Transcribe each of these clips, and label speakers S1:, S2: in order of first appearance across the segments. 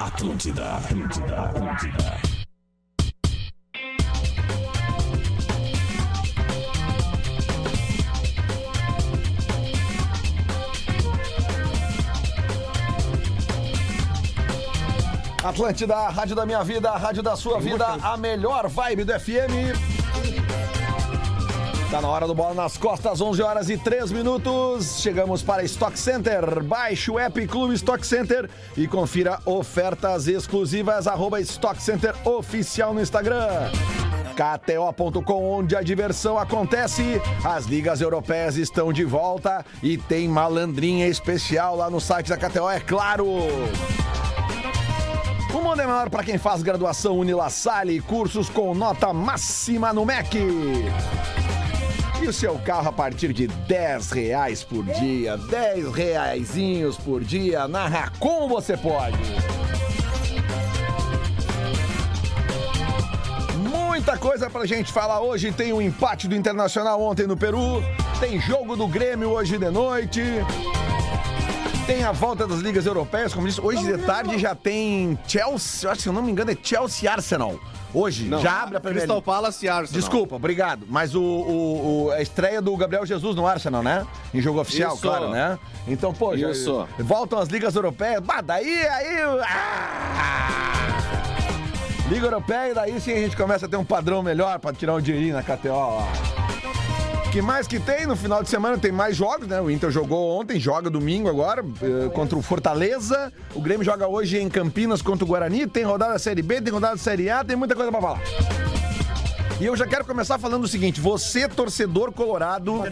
S1: Atlântida, Atlântida, Atlântida.
S2: Atlântida, a rádio da minha vida, a rádio da sua vida, a melhor vibe do FM. Tá na hora do Bola nas Costas, 11 horas e 3 minutos. Chegamos para Stock Center. Baixe o app Clube Stock Center e confira ofertas exclusivas. Arroba Stock Center Oficial no Instagram. KTO.com, onde a diversão acontece. As ligas europeias estão de volta e tem malandrinha especial lá no site da KTO, é claro. O mundo é menor para quem faz graduação Unilassale e cursos com nota máxima no MEC. E o seu carro a partir de 10 reais por dia, 10 reaisinhos por dia, na Racon você pode. Muita coisa pra gente falar hoje. Tem o empate do Internacional ontem no Peru. Tem jogo do Grêmio hoje de noite. Tem a volta das ligas europeias, como disse, hoje de tarde já tem Chelsea, eu acho que se eu não me engano é Chelsea e Arsenal. Hoje, já abre a primeira.
S3: Crystal Palace e Arsenal.
S2: Desculpa, obrigado. Mas o, o- o- a estreia do Gabriel Jesus no Arsenal, né? Em jogo oficial,
S3: Isso.
S2: claro, né? Então, pô, já-
S3: Isso.
S2: voltam as ligas europeias. Bah, daí, aí. ah! Liga Europeia, e daí sim a gente começa a ter um padrão melhor pra tirar um dinheirinho na KTO. Ó. que mais que tem no final de semana? Tem mais jogos, né? O Inter jogou ontem, joga domingo agora eh, contra o Fortaleza. O Grêmio joga hoje em Campinas contra o Guarani. Tem rodada Série B, tem rodada Série A, tem muita coisa pra falar. E eu já quero começar falando o seguinte: você, torcedor colorado,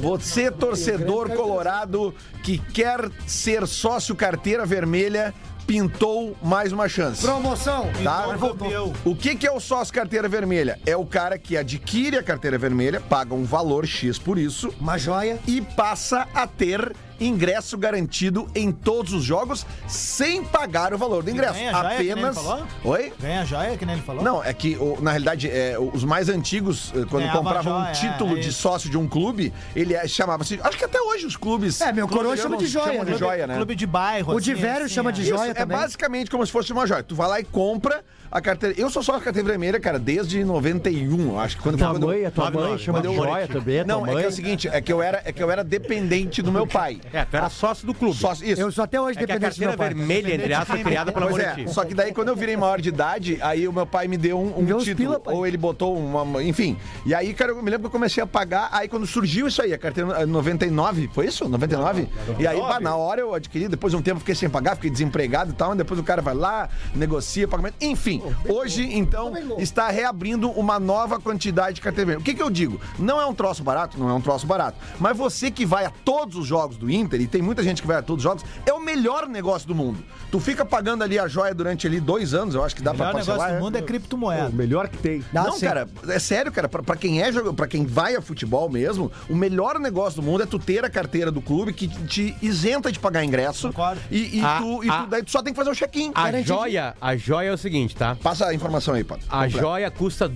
S2: você, torcedor colorado que quer ser sócio carteira vermelha, pintou mais uma chance.
S4: Promoção.
S2: Tá?
S4: Então, voltou.
S2: O que, que é o sócio carteira vermelha? É o cara que adquire a carteira vermelha, paga um valor X por isso
S4: Uma joia.
S2: e passa a ter ingresso garantido em todos os jogos sem pagar o valor do ingresso.
S4: ganha joia, que nem ele
S2: Apenas.
S4: falou?
S2: Oi?
S4: Ganha joia, que nem ele falou.
S2: Não, é que o- na realidade é, os mais antigos, eh, quando
S4: Ganhava
S2: compravam um
S4: joia,
S2: título
S4: é
S2: de
S4: isso.
S2: sócio de um clube, ele eh, chamava-se. Acho que até hoje os clubes.
S5: É, meu coroa
S2: clubes
S5: chama de
S2: chamam-
S5: joia,
S2: chamam de
S5: né?
S2: joia, né?
S4: Clube de bairro.
S5: O de velho chama de
S4: é.
S2: Isso,
S5: joia
S2: é
S5: também.
S2: basicamente como se fosse uma joia. Tu vai lá e compra a carteira. Eu sou só a carteira vermelha, cara, desde 91, eu acho que quando
S6: Tua
S2: quando eu-
S6: mãe, a tua
S3: Nove,
S6: mãe
S3: nove.
S6: chama de
S7: um
S3: Quando eu-
S6: joia também, a tua
S2: Não, é que
S5: assim,
S6: mãe.
S2: é o seguinte, é que eu era, é que eu era dependente do meu pai.
S7: É, tu era sócio do clube.
S2: Só isso.
S5: Eu sou até hoje
S7: É que a
S5: dependente do
S7: carteira
S5: meu pai.
S7: vermelha, entre aspas, foi criada pela
S2: Pois é,
S7: Moretti.
S2: só que daí quando eu virei maior de idade, aí o meu pai me deu um, um
S5: Me deu uns
S2: título,
S5: pila, pai.
S2: ou ele botou uma, enfim. E aí, cara, eu me lembro que eu comecei a pagar, aí quando surgiu isso aí, a carteira eh, 99, foi isso?
S4: Ah,
S2: 99? E aí, pá, na hora eu adquiri, depois de um tempo eu fiquei sem pagar, fiquei desempregado e tal, e depois o cara vai lá, negocia, pagamento, enfim. Hoje, então, está reabrindo uma nova quantidade de carteira vermelha. O que que eu digo? Não é um troço barato, não é um troço barato, mas você que vai a todos os jogos do Inter, e tem muita gente que vai a todos os jogos, é o melhor negócio do mundo. Tu fica pagando ali a joia durante ali dois anos, eu acho que dá
S4: O
S2: pra
S4: melhor
S2: parcelar.
S4: negócio do
S2: né?
S4: mundo é criptomoeda.
S6: O melhor que tem.
S5: Ah,
S2: não,
S5: sim.
S2: cara, é sério, cara, pra, pra quem é jogador, pra quem vai a futebol mesmo, o melhor negócio do mundo é tu ter a carteira do clube que te isenta de pagar ingresso
S4: Concordo.
S2: e, e
S7: A-
S2: tu, e tu-
S7: a-
S2: daí tu só tem que fazer o check-in.
S7: A
S2: Garantido.
S7: joia, a joia é o seguinte, tá?
S2: Passa a informação aí, Pato.
S7: A joia custa R$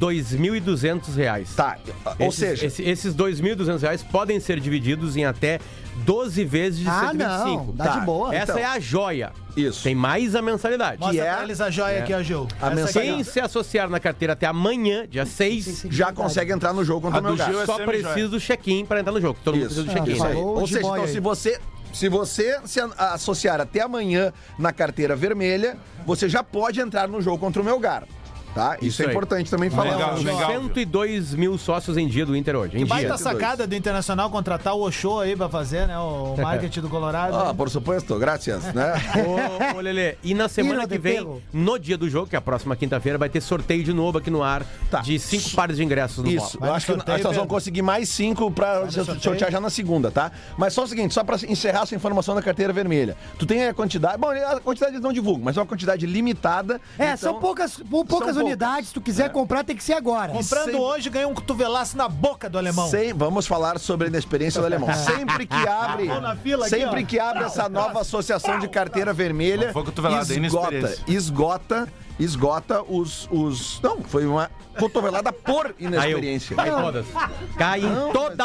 S7: 2.200. reais.
S2: Tá, ou
S7: Esses-
S2: seja,
S7: esse- esses 2.200 reais podem ser divididos em até 12 vezes de
S5: Ah,
S7: 125.
S5: não, dá
S2: Tá.
S5: de boa.
S7: Essa
S2: então.
S7: é a joia.
S2: Isso.
S7: Tem mais a mensalidade.
S4: Mostra
S2: que é-
S4: pra eles a joia aqui, ó, Gil.
S2: A
S4: Essa aqui, ó.
S7: Quem se associar na carteira até amanhã, dia 6,
S2: já consegue entrar no jogo contra
S7: a
S2: o meu
S7: do Gil
S2: gato.
S7: só precisa do check-in para entrar no jogo. Todo mundo
S2: Isso,
S7: precisa
S2: isso
S7: do check-in.
S2: aí.
S7: né?
S5: Falou
S2: Ou
S5: de
S2: seja,
S5: boy
S2: então,
S5: aí.
S2: se você, se você se an- associar até amanhã na carteira vermelha, você já pode entrar no jogo contra o meu gato. Tá? Isso,
S7: Isso
S2: é
S7: aí.
S2: importante também falar.
S3: Legal,
S7: São
S3: legal.
S7: 102 mil sócios em dia do Inter hoje. Em dia.
S4: Baita sacada do Internacional contratar o Oxô aí pra fazer, né? O marketing do Colorado.
S2: Ah, por supuesto, graças, né?
S7: Ô, ô, Lelê, e na semana
S5: Tira
S7: que
S5: de
S7: vem,
S5: perro.
S7: no dia do jogo, que é a próxima quinta-feira, vai ter sorteio de novo aqui no ar
S2: Tá.
S7: de cinco pares de ingressos no
S2: Isso,
S7: Bola.
S2: eu acho que
S4: sorteio,
S2: nós vamos
S4: Pedro.
S2: conseguir mais cinco pra sortear já na segunda, tá? Mas só o seguinte, só pra encerrar essa informação da carteira vermelha. Tu tem a quantidade, bom, a quantidade eles não divulgam, mas é uma quantidade limitada.
S5: É,
S2: então-
S5: são poucas, pou- poucas
S2: são
S5: unidades. Se tu quiser
S7: É.
S5: comprar, tem que ser agora.
S7: Então,
S4: Comprando
S2: sempre-
S4: hoje, ganha um cotovelaço na boca do alemão.
S2: Sem- vamos falar sobre a inexperiência do alemão. Sempre que abre,
S4: Mão na fila aqui,
S2: sempre
S4: ó.
S2: que abre essa nova associação de carteira vermelha,
S3: Foi cotovelada,
S2: esgota,
S3: inexperiência.
S2: esgota esgota os. os... Não, foi uma cotovelada por
S7: Aí eu-
S2: inexperiência.
S7: Cai todas. Cai em todas.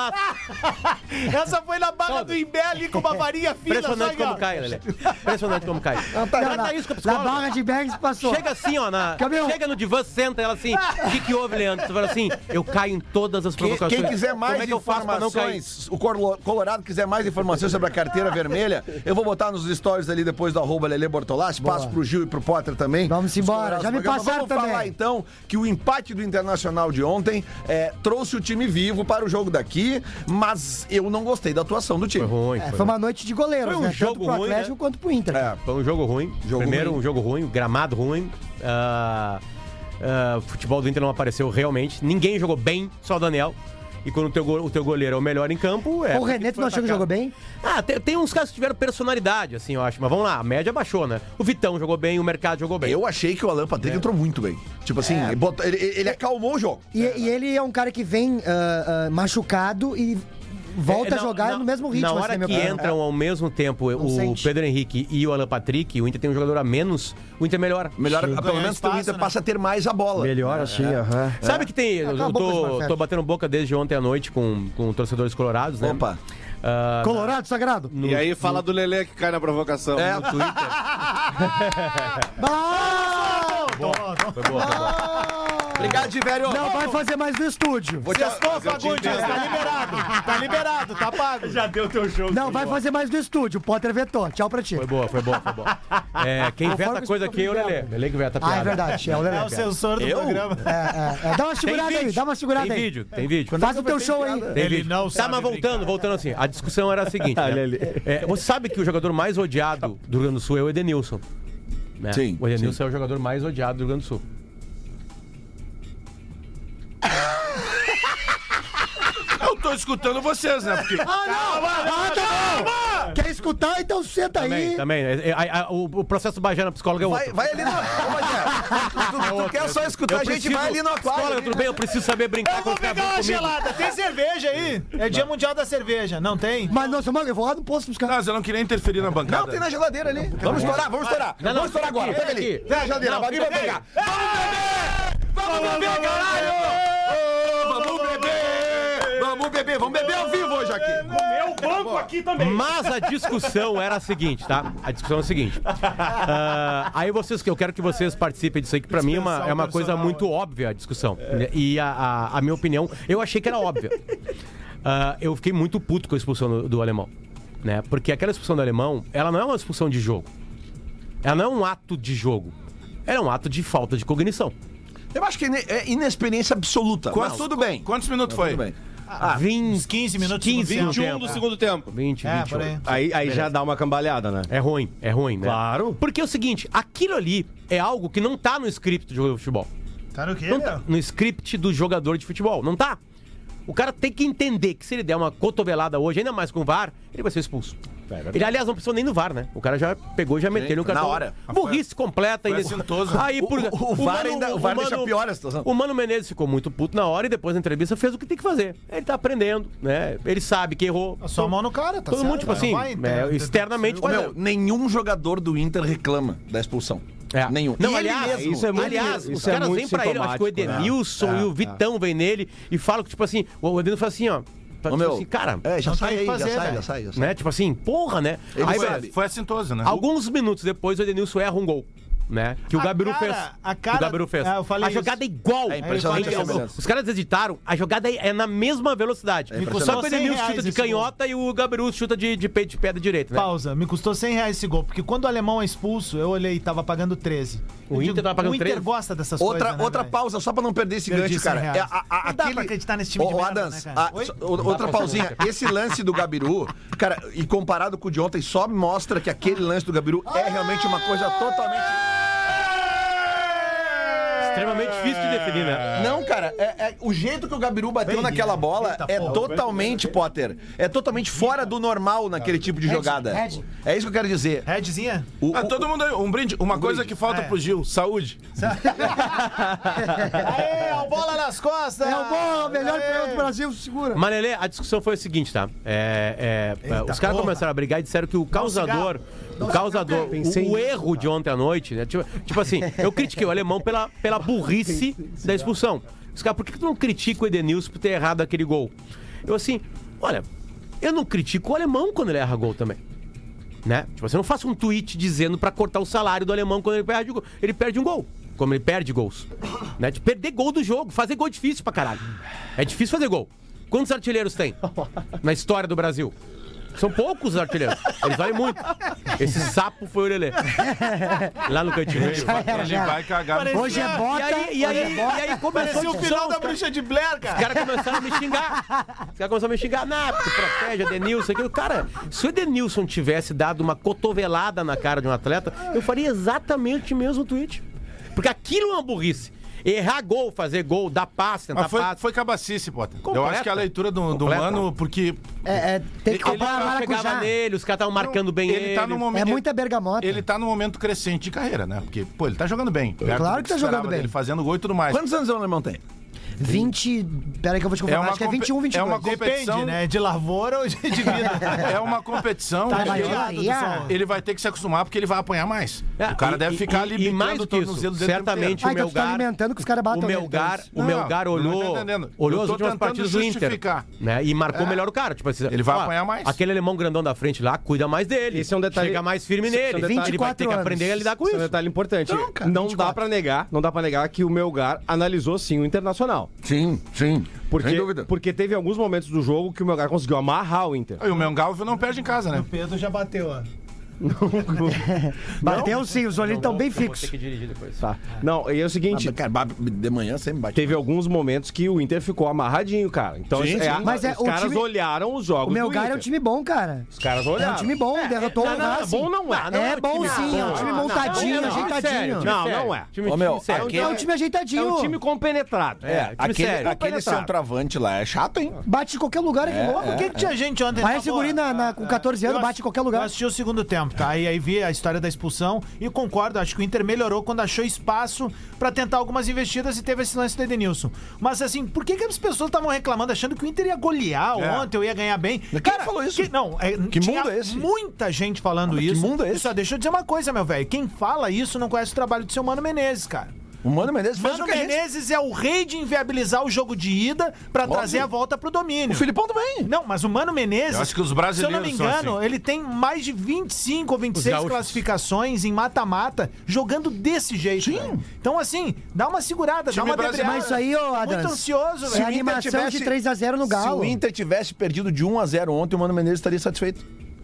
S4: Essa foi na barra do Imbé ali com uma varinha fina.
S7: Impressionante
S4: só, ó.
S7: como cai, Lelê. Impressionante como cai.
S2: Tá
S5: Não,
S7: Trata
S5: na-
S7: tá, isso com a
S5: na barra
S7: psicóloga.
S5: de Bergs passou.
S7: Chega assim, ó, na,
S5: Camil.
S7: chega no divã, senta, ela assim, o que, que houve, Leandro? Você fala assim, eu caio em todas as
S2: Quem,
S7: provocações.
S2: quem quiser mais
S7: Como é que eu faço pra não cair?
S2: informações, o Corlo- Colorado quiser mais informações sobre a carteira vermelha, eu vou botar nos stories ali depois do arroba Lelê Bortolassi, passo pro Gil e pro Potter também.
S5: Vamos
S2: Os
S5: embora,
S2: colorados
S5: já me
S2: do programa.
S5: passaram
S2: Vamos falar
S5: também.
S2: então que o empate do Internacional de ontem eh, trouxe o time vivo para o jogo daqui, mas eu não gostei da atuação do time.
S7: Foi ruim.
S5: É,
S7: foi
S5: foi uma noite de goleiros,
S7: Foi um
S5: né?
S7: jogo
S5: Tanto pro
S7: ruim,
S5: Atlético
S7: né?
S5: quanto pro Inter.
S2: É.
S7: Foi um jogo ruim.
S2: Jogo
S7: Primeiro,
S2: ruim.
S7: um jogo ruim, gramado ruim. ah, ah, o futebol do Inter não apareceu realmente. Ninguém jogou bem, só o Daniel. E quando o teu, go- o teu goleiro é o melhor em campo. É
S5: O René, tu não achou que jogou bem?
S7: Ah, tem, tem uns caras que tiveram personalidade, assim, eu acho. Mas vamos lá, a média baixou, né? O Vitão jogou bem, o Mercado jogou bem.
S2: Eu achei que o Alan
S7: É.
S2: Patrick entrou muito bem. Tipo assim,
S5: É.
S2: ele, botou- ele- ele acalmou o jogo.
S5: E, e ele é um cara que vem ah, ah, machucado e volta
S7: É,
S5: a
S7: não,
S5: jogar
S7: não,
S5: no mesmo ritmo.
S7: Na hora
S5: assim, meu
S7: que
S5: cara.
S7: entram ao mesmo tempo o
S5: sente.
S7: Pedro Henrique e o Alan Patrick, o Inter tem um jogador a menos, o Inter é melhora.
S2: Melhor, pelo
S4: Ganhar
S2: menos o
S4: espaço,
S2: Inter
S4: né?
S2: passa a ter mais a bola.
S3: Melhor assim, aham.
S7: Sabe que tem. Eu,
S5: cala a
S7: eu
S5: boca,
S7: tô,
S5: Smarfete.
S7: tô batendo boca desde ontem à noite com, com torcedores colorados, né?
S2: Opa.
S7: Ah,
S5: Colorado, sagrado?
S7: no,
S6: E aí fala do Lelê que cai na provocação.
S7: no Twitter.
S5: Ah!
S7: Foi boa, foi boa.
S2: Obrigado, Diverio.
S7: Tá
S5: Não vai fazer mais no estúdio.
S2: Vou te-
S4: Sextou, Fagundes, tá liberado. Tá liberado, tá pago.
S3: Já
S5: É
S3: deu teu show.
S5: Não vai fazer mais no estúdio. Potter vetou. Tchau pra ti.
S7: Foi boa, foi boa, foi boa. É, quem veta
S5: Conforme
S7: coisa aqui é o Lelê. Lelê que veta a piada.
S5: Ah, é verdade. É o Lelê.
S4: É o sensor do programa.
S5: É, é, é. Dá uma
S7: Tem
S5: segurada aí,
S7: vídeo,
S5: dá uma segurada
S7: tem
S5: aí.
S7: vídeo, tem vídeo.
S5: Faz o teu show aí.
S7: Tem
S4: Ele
S7: vídeo.
S4: não
S7: Tá,
S4: sabe
S7: mas
S4: brincar.
S7: voltando, voltando assim. A discussão era a seguinte.
S2: Ah,
S7: né? É, você sabe que o jogador mais odiado do Rio Grande do Sul é o Edenilson. né?
S2: Sim,
S7: O Edenilson é o jogador mais odiado do Rio Grande do Sul.
S6: Eu tô escutando vocês, né? Porque
S5: Ah, não! Ah, tá bom! Quer escutar? Então senta
S7: Também,
S5: aí.
S7: também. É, é, é, é, o, o processo bajana psicóloga é outro.
S2: Vai, vai ali no. Ô, Bagé, tu- tu, tu quer só escutar
S7: Eu
S2: a gente?
S7: preciso-
S2: Vai ali no
S7: Psicóloga,
S2: aquário.
S7: tudo bem? Eu preciso saber brincar
S4: Eu
S7: com
S4: vou
S7: o cara
S4: pegar uma gelada. Tem cerveja aí? É dia mundial da cerveja. Não tem?
S5: Mas, nossa, mano, eu vou lá no posto buscar.
S6: Mas eu não queria interferir na
S2: Não,
S6: bancada.
S2: tem na geladeira ali. Vamos estourar, vamos estourar.
S7: Não, não,
S2: vamos estourar
S7: fica
S2: agora.
S7: aqui,
S2: Pega
S7: fica
S2: ali.
S7: aqui.
S2: Vem a geladeira,
S7: Não,
S2: alguém vai
S7: fica
S2: pegar.
S7: aqui.
S2: Vamos beber, caralho! Vamos beber! Vamos beber, vamos beber ao vivo hoje aqui.
S3: Meu banco aqui também.
S7: Mas a discussão era a seguinte, tá? A discussão é a seguinte. Ah, aí vocês, eu quero que vocês participem disso aí, que pra mim é uma, é uma coisa muito óbvia a discussão. E a, a, a minha opinião, eu achei que era óbvia. Ah, eu fiquei muito puto com a expulsão do, do alemão. Né? Porque aquela expulsão do alemão, ela não é uma expulsão de jogo. Ela não é um ato de jogo. Ela é um ato de falta de cognição.
S2: Eu acho que é ine- é inexperiência absoluta. Mas tudo bem.
S6: Quantos minutos foi?
S2: Tudo bem.
S7: 20,
S4: 15 minutos
S7: 15
S4: do segundo
S6: 21
S7: tempo. um.
S6: do segundo tempo.
S7: 20,
S4: É,
S7: 21.
S4: por aí.
S3: Aí, aí já dá uma cambalhada, né?
S7: É ruim, é ruim, né?
S3: Claro.
S7: Porque é o seguinte, aquilo ali é algo que não tá no script do jogo de futebol.
S4: Tá no quê,
S7: Não tá
S4: meu?
S7: no script do jogador de futebol, não tá. O cara tem que entender que se ele der uma cotovelada hoje, ainda mais com o VAR, ele vai ser expulso.
S4: É
S7: Ele, aliás, não precisou nem no VAR, né? O cara já pegou, já meteu ele no
S2: na
S7: cartão.
S2: hora.
S7: Burrice completa. Ele...
S6: assintoso.
S7: Aí, por...
S2: O- o VAR ainda- o VAR deixa pior a situação.
S7: O Mano Menezes ficou muito puto na hora e depois da entrevista fez o que tem que fazer. Ele tá aprendendo, né? Ele sabe que errou.
S4: Só a mão no cara, tá
S7: Todo
S4: certo?
S7: mundo, tipo
S4: Não
S7: assim,
S4: vai, entendeu?
S7: é, externamente,
S2: Ô,
S7: mas
S2: meu, nenhum jogador do Inter reclama da expulsão.
S7: É.
S2: Nenhum.
S7: Não,
S2: E ele
S7: aliás,
S2: mesmo.
S3: isso é muito-
S7: aliás os
S3: isso é
S7: caras
S3: muito
S7: vêm pra ele, eu acho que o
S3: sintomático, né?
S7: Edenilson
S3: É,
S7: e o Vitão vêm nele e falam que, tipo assim, o Edenilson fala assim, ó. Tipo
S2: Ô, meu,
S7: assim, cara,
S2: é, já
S4: não tem
S2: sai
S4: o que
S2: aí,
S4: fazer,
S2: já sai,
S4: velho.
S2: já sai, já sai.
S7: né? Tipo assim, porra, né?
S2: Ele
S7: Aí,
S2: foi
S7: vai-
S2: ali.
S6: Foi assintoso, né?
S7: alguns minutos depois, o Edenilson erra um gol. Né? Que o
S4: A
S7: Gabiru
S4: cara-
S7: fez.
S4: a cara-
S7: o Gabiru fez.
S4: É, eu falei
S7: a
S4: isso.
S7: jogada é igual.
S2: É impressionante
S7: É igual.
S4: a
S2: semelhança.
S7: Os caras editaram, a jogada é na mesma velocidade. Tipo,
S2: É impressionante.
S7: Só que o
S4: Cem
S7: Edenilson
S4: reais né?
S7: chuta de
S4: esse gol.
S7: canhota e o Gabiru chuta de, de pé de pedra direito, né?
S4: Pausa, me custou 100 reais esse gol, porque quando o alemão é expulso, eu olhei e tava pagando 13.
S7: O
S4: Eu
S7: Inter tava pagando
S4: O Inter
S7: 13?
S4: gosta dessas
S2: Outra,
S4: coisas. né,
S2: outra
S4: velho?
S2: pausa só pra não perder esse
S4: Perdi
S2: gancho, cara.
S4: cem
S2: É,
S4: reais.
S2: a- a-
S4: Não dá
S2: aquele-
S4: pra acreditar nesse time de
S2: Ô, ô,
S4: merda,
S2: Adams,
S4: né, cara?
S2: a-
S4: Oi?
S2: só- o- outra pausinha. Esse lance do Gabiru, cara, e comparado com o de ontem, só mostra que aquele lance do Gabiru é realmente uma coisa totalmente.
S7: Extremamente difícil de definir, né?
S2: Não, cara, é- é- o jeito que o Gabiru bateu
S4: Bem,
S2: naquela bola
S4: eita
S2: é
S4: porra.
S2: totalmente, Potter, é totalmente fora do normal naquele tipo de jogada.
S5: Ed.
S2: É isso que eu quero dizer.
S4: Redzinha?
S2: O-
S6: Ah,
S2: o-
S6: todo mundo aí, um brinde. Uma coisa
S2: brinde.
S6: que falta
S4: Ah, é.
S6: pro Gil, saúde.
S4: Aê, a bola nas costas!
S5: É o bom, o melhor
S4: Aê.
S5: pênalti do Brasil, segura.
S7: Mas, Lelê, a discussão foi o seguinte, tá? É, é, é,
S4: Eita
S7: os
S4: porra.
S7: caras
S4: um
S7: começaram a brigar e disseram que o causador, o causador, o, o erro de ontem à noite, né? Tipo, tipo assim, eu critiquei o alemão pela, pela burrice da expulsão. Os caras, por que que tu não critica o Edenilson por ter errado aquele gol? Eu assim, olha, eu não critico o alemão quando ele erra gol também. Né? Tipo, você não faça um tweet dizendo pra cortar o salário do alemão quando ele perde, o gol. ele perde um gol. Como ele perde gols. Né? De perder gol do jogo, fazer gol é difícil pra caralho. É difícil fazer gol. Quantos artilheiros tem na história do Brasil? São poucos os artilheiros. Eles valem muito. Esse sapo foi o Lelê. Lá no cantinho.
S6: Ele vai, ele vai cagar no
S5: Hoje é
S7: E
S5: bota.
S7: aí, e aí, e aí começou
S4: Parecia
S7: a
S4: o
S7: discussão,
S4: final da bruxa de Blair,
S7: os
S4: cara.
S7: caras começaram a me xingar. Os caras começaram a me xingar. Não, porque protege Edenilson. Aquilo. Cara, se o Edenilson tivesse dado uma cotovelada na cara de um atleta, eu faria exatamente o mesmo tweet. Porque aquilo é uma burrice. Errar gol, fazer gol, dar passe, tentar
S6: Mas Ah, foi,
S7: passe.
S6: foi cabacice, Potter. Eu
S7: tá Completa.
S6: acho que é a leitura um, do, do
S7: Completa.
S6: mano, porque.
S5: É, é, tem que
S6: Ele-
S5: comprar
S6: ele
S5: a maracujá.
S7: Chegava nele, os caras estavam marcando bem ele.
S6: ele tá no momento.
S5: É muita bergamota.
S6: Ele tá num momento crescente de carreira, né? Porque, pô, ele tá jogando bem. Perto
S5: Claro
S6: do
S5: que tá jogando
S6: esperava
S5: bem.
S6: dele, fazendo gol e tudo mais.
S2: Quantos anos o alemão tem?
S5: 20. Pera aí que eu vou te
S6: É
S5: confirmar.
S6: uma
S5: Acho que é
S6: compe-
S5: 21, 22.
S6: é uma
S4: Depende,
S6: competição.
S4: né? De lavoura ou de de vida.
S6: É uma competição
S4: Tá
S6: que
S5: Maria.
S4: gelado do sol.
S6: ele vai ter que se acostumar porque ele vai apanhar mais.
S7: É,
S6: o cara
S7: e-
S6: deve
S7: e-
S6: ficar
S7: e-
S6: ali
S7: e mais do que isso, certamente
S5: Ah,
S7: o
S5: então tu tá
S7: Melgar-
S5: alimentando que os caras
S7: O
S5: batam nele, então
S7: Melgar,
S5: isso.
S7: o Melgar
S6: é Não, não
S7: olhou,
S6: tô entendendo. Eu
S7: olhou as
S6: tô
S7: últimas
S6: tentando
S7: partidas do Inter
S6: justificar. É.
S7: né, e marcou melhor o cara. Tipo, assim,
S6: Ele vai
S7: ó,
S6: apanhar mais.
S7: Aquele alemão grandão da frente lá, cuida mais dele.
S3: Esse é um detalhe-
S7: Chega mais firme
S3: Esse é um
S7: nele.
S3: detalhe-
S7: ele vai ter
S5: 24
S7: que
S5: anos.
S7: aprender a lidar com
S3: Isso é um
S7: isso.
S3: detalhe importante. não dá pra negar, não dá para negar que o Melgar analisou sim o Internacional.
S2: Sim, sim.
S3: Porque,
S2: Sem dúvida.
S3: porque teve alguns momentos do jogo que o Melgar conseguiu amarrar o Inter.
S6: E o Mengalvo não perde em casa, né?
S4: Pedro já bateu, ó.
S5: Bateu sim, os olhinhos estão bem fixos.
S3: Tá. Não, e é o
S7: Ah,
S3: seguinte,
S2: Ah, Cara, bab- de manhã sempre bate.
S3: teve alguns momentos que o Inter ficou amarradinho, cara. Então
S2: Sim,
S3: é,
S2: sim.
S3: a-
S5: Mas é,
S3: os
S5: o
S3: caras
S5: time-
S3: olharam os jogos
S5: O Melgar é um
S3: do Inter.
S5: time bom, cara.
S3: Os caras
S5: É
S3: olharam.
S5: um time bom, derrotou
S7: não,
S5: o
S7: não, é
S5: Racing.
S3: Bom não é. não
S5: É bom
S3: time
S5: sim, é um time
S7: Não, não,
S5: montadinho,
S7: não, não,
S5: ajeitadinho.
S7: sério, time
S3: Não,
S7: sério.
S3: não é.
S7: Time,
S2: Ô, meu,
S7: time sério.
S2: aquele-
S5: É um time
S3: É
S5: ajeitadinho.
S3: um time compenetrado.
S2: É,
S7: time
S2: aquele,
S7: sério.
S2: aquele
S3: Compenetrado.
S4: um
S2: centroavante lá é chato, hein?
S5: Bate em qualquer
S2: É,
S5: lugar aqui, louco.
S4: Por que, que tinha gente ontem?
S5: Parece
S4: boa.
S5: guri na- na- com 14 anos,
S4: Eu
S5: bate
S4: ass-
S5: em qualquer lugar.
S4: Eu assisti o segundo tempo, tá? E aí vi a história da expulsão e concordo, acho que o Inter melhorou quando achou espaço pra tentar algumas investidas e teve esse lance do Edenilson. Mas assim, por que, que as pessoas estavam reclamando, achando que o Inter ia golear
S6: É.
S4: ontem, eu ia ganhar bem? Quem
S2: falou isso?
S4: não, é,
S2: Que
S4: tinha
S2: mundo é esse?
S4: Muita gente falando
S2: que
S4: isso.
S2: mundo é esse?
S4: E Só deixa eu dizer uma coisa, meu velho. Quem fala isso não conhece o trabalho do seu Mano Menezes, cara.
S2: O Mano Menezes fez o
S4: Mano
S2: que a gente-
S4: Menezes é o rei de inviabilizar o jogo de ida pra trazer a volta pro domínio.
S2: O Filipão também.
S4: Não, mas o Mano Menezes.
S6: Eu acho que os brasileiros
S4: Se eu não me
S6: são
S4: engano,
S6: assim.
S4: ele tem mais de 25 ou
S7: Os
S4: 26
S7: gaúchos.
S4: classificações em mata-mata jogando desse jeito. velho. Então, assim, dá uma segurada, dá
S6: Time
S4: uma
S6: brasileiro.
S4: debreada.
S5: Mas isso aí, ô,
S4: Muito
S5: Adams,
S4: ansioso,
S5: É
S4: velho.
S2: o Inter
S5: animação
S2: tivesse-
S5: de 3x0 no Galo.
S2: Se o Inter tivesse perdido de 1 a 0 ontem, o Mano Menezes estaria satisfeito.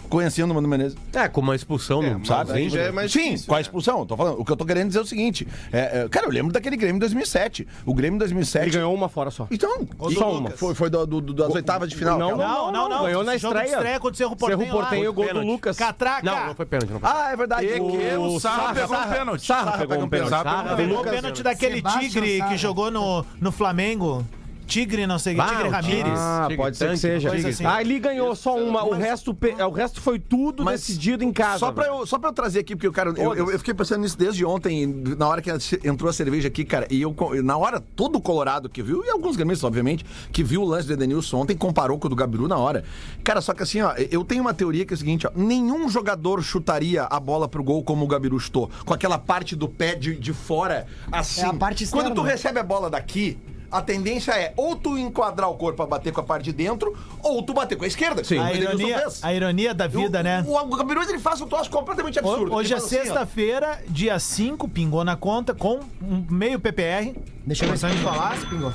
S2: Conhecendo o Mano Menezes.
S7: É, com uma expulsão, não
S2: Sabe?
S7: sabe?
S2: Sim, Sim, com a expulsão. Tô falando. O que eu tô querendo dizer é o seguinte. é, é, cara, eu lembro daquele Grêmio em 2007. O Grêmio em 2007...
S3: Ele ganhou uma fora só.
S2: Então,
S4: Ô,
S2: e-
S4: Só uma.
S2: Foi, foi do- do- do- das oitavas de final. é
S3: Não,
S2: aquela.
S4: Não, não, não.
S3: Ganhou na
S4: Jogo de
S3: estreia.
S4: estreia contra o Cerro Portenho
S3: Cerro Portenho
S4: lá.
S3: e o gol
S7: Pênalti.
S3: do Lucas.
S4: Catraca.
S7: Não, não foi pênalti. Não foi.
S2: Ah, é verdade.
S6: E que o Sarra pegou um pênalti.
S3: Sarra pegou um
S6: Sarra pegou um
S3: pênalti. Sarra
S6: pênalti.
S4: Pegou o
S3: Lucas-
S4: pênalti daquele
S5: Sebastião
S4: Tigre
S5: Sara.
S4: que jogou no, no Flamengo. Tigre, não sei, o quê,
S7: Bah,
S4: Tigre
S7: o Tigre.
S4: Ramírez.
S3: Ah,
S7: Tigre
S3: pode ser que
S7: tanque,
S3: seja.
S4: coisa assim.
S3: Ah, ele ganhou só uma. O resto, pe- é, o resto foi tudo
S2: Mas
S3: decidido em casa.
S2: Só pra, eu, só pra eu trazer aqui, porque o cara. Eu, eu, eu fiquei pensando nisso desde ontem, na hora que a- entrou a cerveja aqui, cara. E eu, co- na hora, todo o Colorado que viu, e alguns gremistas, obviamente, que viu o lance do Edenilson ontem, comparou com o do Gabiru na hora. Cara, só que assim, ó, eu tenho uma teoria que é o seguinte, ó. Nenhum jogador chutaria a bola pro gol como o Gabiru chutou. Com aquela parte do pé de, de fora, assim.
S5: É a parte externa.
S2: Quando tu recebe a bola daqui. A tendência é ou tu enquadrar o corpo pra bater com a parte de dentro, ou tu bater com a esquerda. Sim,
S4: A ironia, a ironia da vida,
S2: o,
S4: né?
S2: O, o Gabiru, ele faz um troço completamente
S4: Ho-
S2: absurdo.
S4: Hoje é
S2: Ele faz assim, ó.
S4: sexta-feira, dia 5, pingou na conta com um meio PPR.
S5: Deixa eu ver se
S4: Começando a falar.
S5: pingou.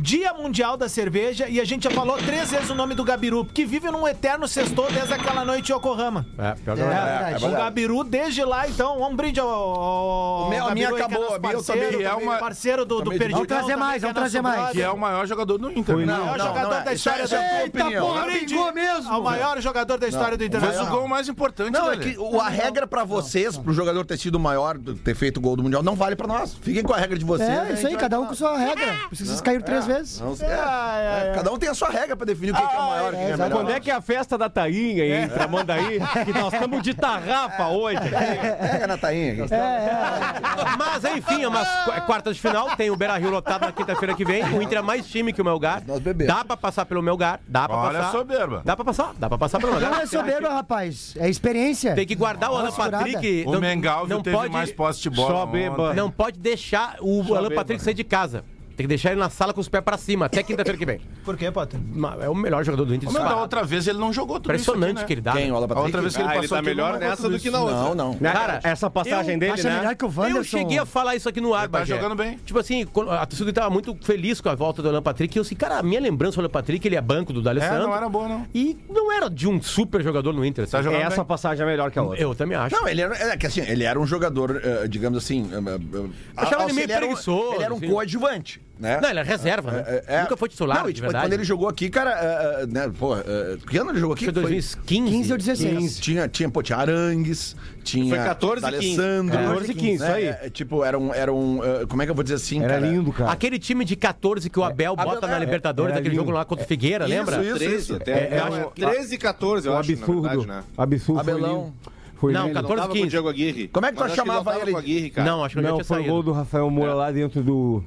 S4: Dia Mundial da Cerveja e a gente já falou três vezes o nome do Gabiru, porque vive num eterno sextou desde aquela noite em Yokohama.
S7: É, pior que
S5: É,
S7: não é.
S5: verdade.
S4: o Gabiru desde lá, então, um brinde ao. ao
S2: O meu- a minha
S4: Gabiru aí, que é
S2: acabou,
S4: nosso
S2: a minha eu
S4: parceiro,
S2: também-
S6: e é uma-
S4: parceiro do, do
S2: também-
S4: Perdigão.
S5: Vamos trazer
S4: também,
S5: mais,
S4: que é
S5: vamos trazer
S4: nosso
S5: mais.
S6: Que é o maior jogador do Inter. né?
S4: maior
S2: não,
S4: jogador
S2: não é.
S4: da
S2: Isso é-
S4: história
S2: isso é a tua
S4: do
S2: opinião.
S4: Um
S5: Ah,
S4: brinde
S5: pingou mesmo.
S4: Ao maior jogador da história do
S6: Mas o
S4: Internacional.
S6: gol mais importante,
S2: Não, é
S6: Lelê.
S2: que o- a regra pra vocês, pro jogador ter sido maior, do- ter feito o gol do Mundial, não vale pra nós. Fiquem com a regra de vocês.
S4: É,
S5: É, isso aí, cada um com sua regra. Por isso que Vocês caíram três vezes.
S2: Não, então. é, é, cada um tem a sua regra pra definir o que, que é o maior, o que é, melhor.
S3: Quando é que é a festa da Tainha,
S5: É.
S3: hein?
S7: É.
S3: Pra Mandaí, que nós estamos de tarrafa hoje.
S2: Pega na tainha. aqui.
S7: Mas enfim, é umas qu- quartas de final. Tem o Beira Rio lotado na quinta-feira que vem. O Inter é mais time que o Melgar.
S2: Nós bebemos.
S7: Dá pra passar pelo Melgar. Dá pra
S6: Olha a
S7: passar.
S6: soberba.
S7: Dá pra passar? Dá pra passar pelo Melgar.
S5: Não é soberba, rapaz. É experiência.
S7: Tem que guardar o Alan
S5: segurada.
S7: Patrick.
S6: O Mengalvio teve mais posse de bola
S3: Só
S6: ontem.
S3: beba.
S7: Não pode deixar o Alan Patrick sair de casa. Tem que deixar ele na sala com os pés pra cima, até quinta-feira que vem.
S4: Por quê, Potter?
S7: É o melhor jogador do Inter.
S6: Mas da
S7: disparado.
S6: outra vez ele não jogou tudo isso tá aqui,
S7: Impressionante
S6: né?
S7: que ele dá.
S2: Quem,
S7: né?
S2: o Alan
S6: A outra vez que ele
S8: Ah,
S6: passou
S8: ele tá
S6: aqui, ele
S8: melhor
S6: não jogou
S8: nessa
S6: tudo
S8: do
S6: isso.
S8: que na outra.
S2: Não, não.
S3: Né,
S7: Cara,
S3: essa passagem dele,
S5: acha
S3: né?
S5: melhor que o
S7: Eu
S5: Wanderson.
S7: cheguei a falar isso aqui no ar,
S6: Ele tá
S7: Bagé.
S6: jogando bem.
S7: Tipo assim, quando a torcida estava muito feliz com a volta do Alan Patrick. E eu assim, cara, a minha lembrança do Alan Patrick, ele é banco do
S6: É,
S7: D'Alessandro.
S6: não era boa, não.
S7: E não era de um super jogador no Inter. assim.
S6: Tá jogando
S3: Essa
S6: bem.
S3: passagem é melhor que a outra.
S7: Eu também acho.
S2: Não, ele era, é que assim, ele era um jogador, eh, digamos assim. eh, eh,
S7: Achava ele meio
S2: era um-
S7: preguiçoso,
S2: Ele era um
S7: assim.
S2: coadjuvante, né?
S7: Não, ele é reserva, né?
S2: É, é.
S7: Nunca foi titular,
S2: Não, e,
S7: de
S2: tipo,
S7: verdade.
S2: Quando ele jogou aqui, cara. eh, eh, né, pô, eh, que ano ele jogou aqui?
S7: Foi 2015.
S5: 15 ou 16.
S2: 15. Tinha, tinha, pô, tinha Arangues, tinha.
S8: Foi 14 e 15.
S2: Alessandro.
S3: 14 e 15, isso aí.
S2: tipo, era um. Era um eh, como é que eu vou dizer assim?
S5: Era
S2: cara?
S5: lindo, cara.
S7: Aquele time de 14 que o Abel bota na
S2: é,
S7: Libertadores,
S3: era
S7: aquele
S3: lindo.
S7: jogo lá contra o Figueira, lembra?
S2: Isso, isso.
S8: 13
S2: isso.
S8: até.
S3: é,
S8: não,
S3: eu-
S8: é 13 e 14, eu
S3: Um
S8: acho,
S3: absurdo.
S8: na verdade, né?
S3: Absurdo. foi
S2: Abelão.
S3: lindo. Foi
S7: Não,
S3: lindo.
S7: 14,
S8: Tava com o
S7: 15.
S8: Diego Aguirre.
S2: Como é que tu
S8: Mas acho
S2: chamava
S8: ele não tava
S2: ele?
S8: com o Aguirre, cara.
S7: Não, acho que não,
S3: Não,
S7: tinha
S3: foi o
S7: saído.
S3: gol do Rafael
S5: É.
S3: Moura lá dentro do,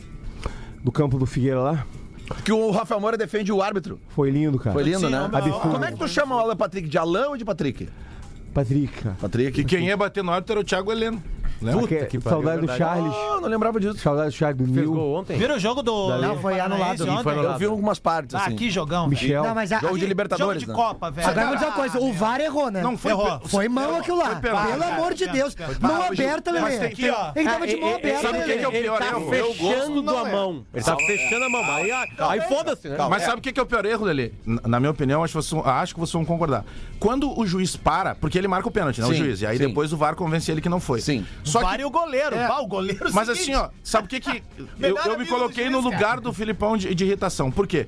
S3: do campo do Figueira lá.
S2: Que o Rafael Moura defende o árbitro.
S3: Foi lindo, cara.
S2: Foi lindo, né?
S3: Absurdo.
S2: Como é que tu chama o Alan Patrick? De Alan ou de Patrick?
S3: Patrick, cara.
S2: Patrick. é
S6: E quem ia bater no árbitro era o Thiago Heleno. Lembra?
S3: Aque-
S7: que pariu,
S3: saudade do
S7: verdade.
S3: Charles.
S2: Oh, não lembrava disso.
S3: Saudade do Charles do
S7: Fez
S3: Nil.
S7: gol ontem.
S4: Viram o jogo do.
S5: Não, foi
S4: Paranaense
S5: anulado.
S4: ontem?
S7: E foi anulado.
S2: Eu vi algumas partes,
S4: Ah,
S2: assim.
S4: que jogão.
S3: Michel.
S5: Não, mas a...
S2: Jogo de
S5: Agora
S2: Libertadores.
S4: Jogo
S2: né?
S4: de Copa, velho. Ah,
S5: eu vou dizer uma coisa, o VAR errou, né?
S6: Não, foi
S5: errou.
S6: pe-
S5: Foi mão aquilo lá.
S6: pênalti.
S5: Pelo amor de
S4: Foi
S5: Deus.
S4: pênalti.
S5: Mão
S6: Ah, hoje-
S5: aberta,
S6: mas
S5: Lelê.
S6: tem que ter-
S4: Aqui, ó.
S5: Ele tava de mão
S7: ele- ele-
S5: aberta,
S6: sabe o que que é
S5: Lelê.
S6: o pior
S7: Ele tá
S6: erro? Eu gosto,
S7: fechando a mão. Ele tá fechando a mão. Aí, aí foda-se, né?
S6: Mas sabe o que que é o pior erro, Lelê? Na, na minha opinião, acho que, vocês, vão- acho que vocês vão concordar. Quando o juiz para, porque ele marca o pênalti, né? o
S2: Sim,
S6: juiz. E aí
S2: sim.
S6: depois o VAR convence ele que não foi.
S2: Sim.
S6: Só que
S4: Vário o goleiro.
S6: É.
S4: pá, o goleiro
S6: Mas
S4: seguinte.
S6: assim, ó, sabe o que que. Eu,
S4: Melhor
S6: eu me
S4: amigo do
S6: coloquei
S4: juiz,
S6: no
S4: cara.
S6: lugar do Filipão de, de irritação. Por quê?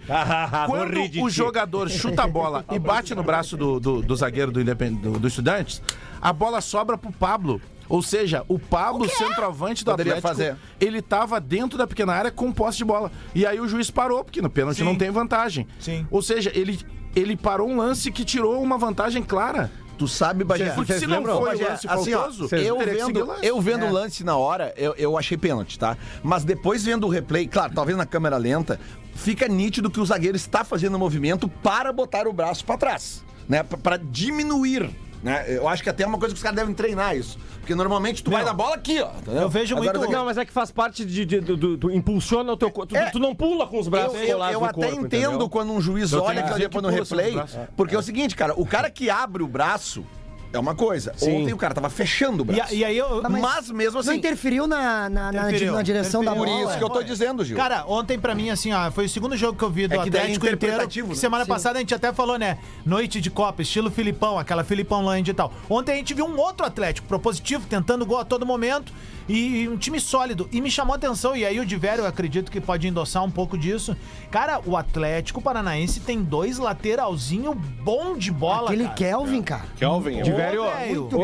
S6: Quando
S7: Ah, rir de
S6: o
S7: ti.
S6: jogador chuta a bola e bate no braço do, do, do zagueiro do, Independ- do, do Estudantes, a bola sobra pro Pablo. Ou seja, o Pablo, centroavante do
S2: Poderia
S6: Atlético,
S2: fazer.
S6: ele tava dentro da pequena área com posse de bola. E aí o juiz parou, porque no pênalti não tem vantagem.
S4: Sim.
S6: Ou seja, ele, ele parou um lance que tirou uma vantagem clara.
S2: Tu sabe, Bagé.
S6: Porque se não
S2: Ô,
S6: foi o
S2: Bagé,
S6: lance
S2: assim, ó,
S6: faltoso,
S2: eu
S6: teria que seguir o
S2: vendo,
S6: lance. É.
S2: eu vendo o lance na hora, eu, eu achei pênalti, tá? Mas depois vendo o replay, claro, talvez na câmera lenta, fica nítido que o zagueiro está fazendo o movimento para botar o braço para trás, né? Pra- Pra diminuir. Né? Eu acho que até é uma coisa que os caras devem treinar isso. Porque normalmente tu vai na bola aqui, ó. entendeu?
S4: Eu vejo
S2: Agora
S4: muito-
S2: o zagueiro-
S3: Não, mas é que faz parte de. de- do, do- tu impulsiona o teu corpo. Tu,
S2: É.
S3: tu não pula com os braços
S2: Eu, eu-
S3: colados
S2: eu
S3: no
S2: até
S3: corpo,
S2: entendo
S3: entendeu?
S2: quando um juiz olha
S6: tenho que
S2: aquilo
S6: dizer
S2: depois
S6: que
S2: no
S6: pula sobre
S2: replay,
S6: o braço.
S2: porque é o seguinte, cara, o cara que abre o braço é uma coisa. Ontem o cara tava fechando o
S4: E,
S2: braço.
S4: a- e aí eu.
S2: mas, mesmo assim,
S5: Não interferiu na, na, na-
S4: Interferiu.
S5: na direção da
S2: por
S5: bola.
S2: isso que eu tô dizendo, Gil.
S4: Cara, ontem pra mim, assim, ó, foi o segundo jogo que eu vi do
S2: É que daí é
S4: Atlético inteiro.
S2: interpretativo, né?
S4: Semana passada a gente até falou, né? Noite de Copa, estilo Filipão, aquela Filipão Land e tal. Ontem a gente viu um outro Atlético propositivo, tentando gol a todo momento e, e um time sólido. E me chamou a atenção, e aí o Diverio, eu acredito que pode endossar um pouco disso. Cara, o Atlético Paranaense tem dois lateralzinho bom de bola.
S5: Aquele é
S4: cara.
S5: Kelvin, cara.
S8: Kelvin,
S3: De
S8: eu...
S3: velho,
S4: Ô, velho.
S3: ô, ô,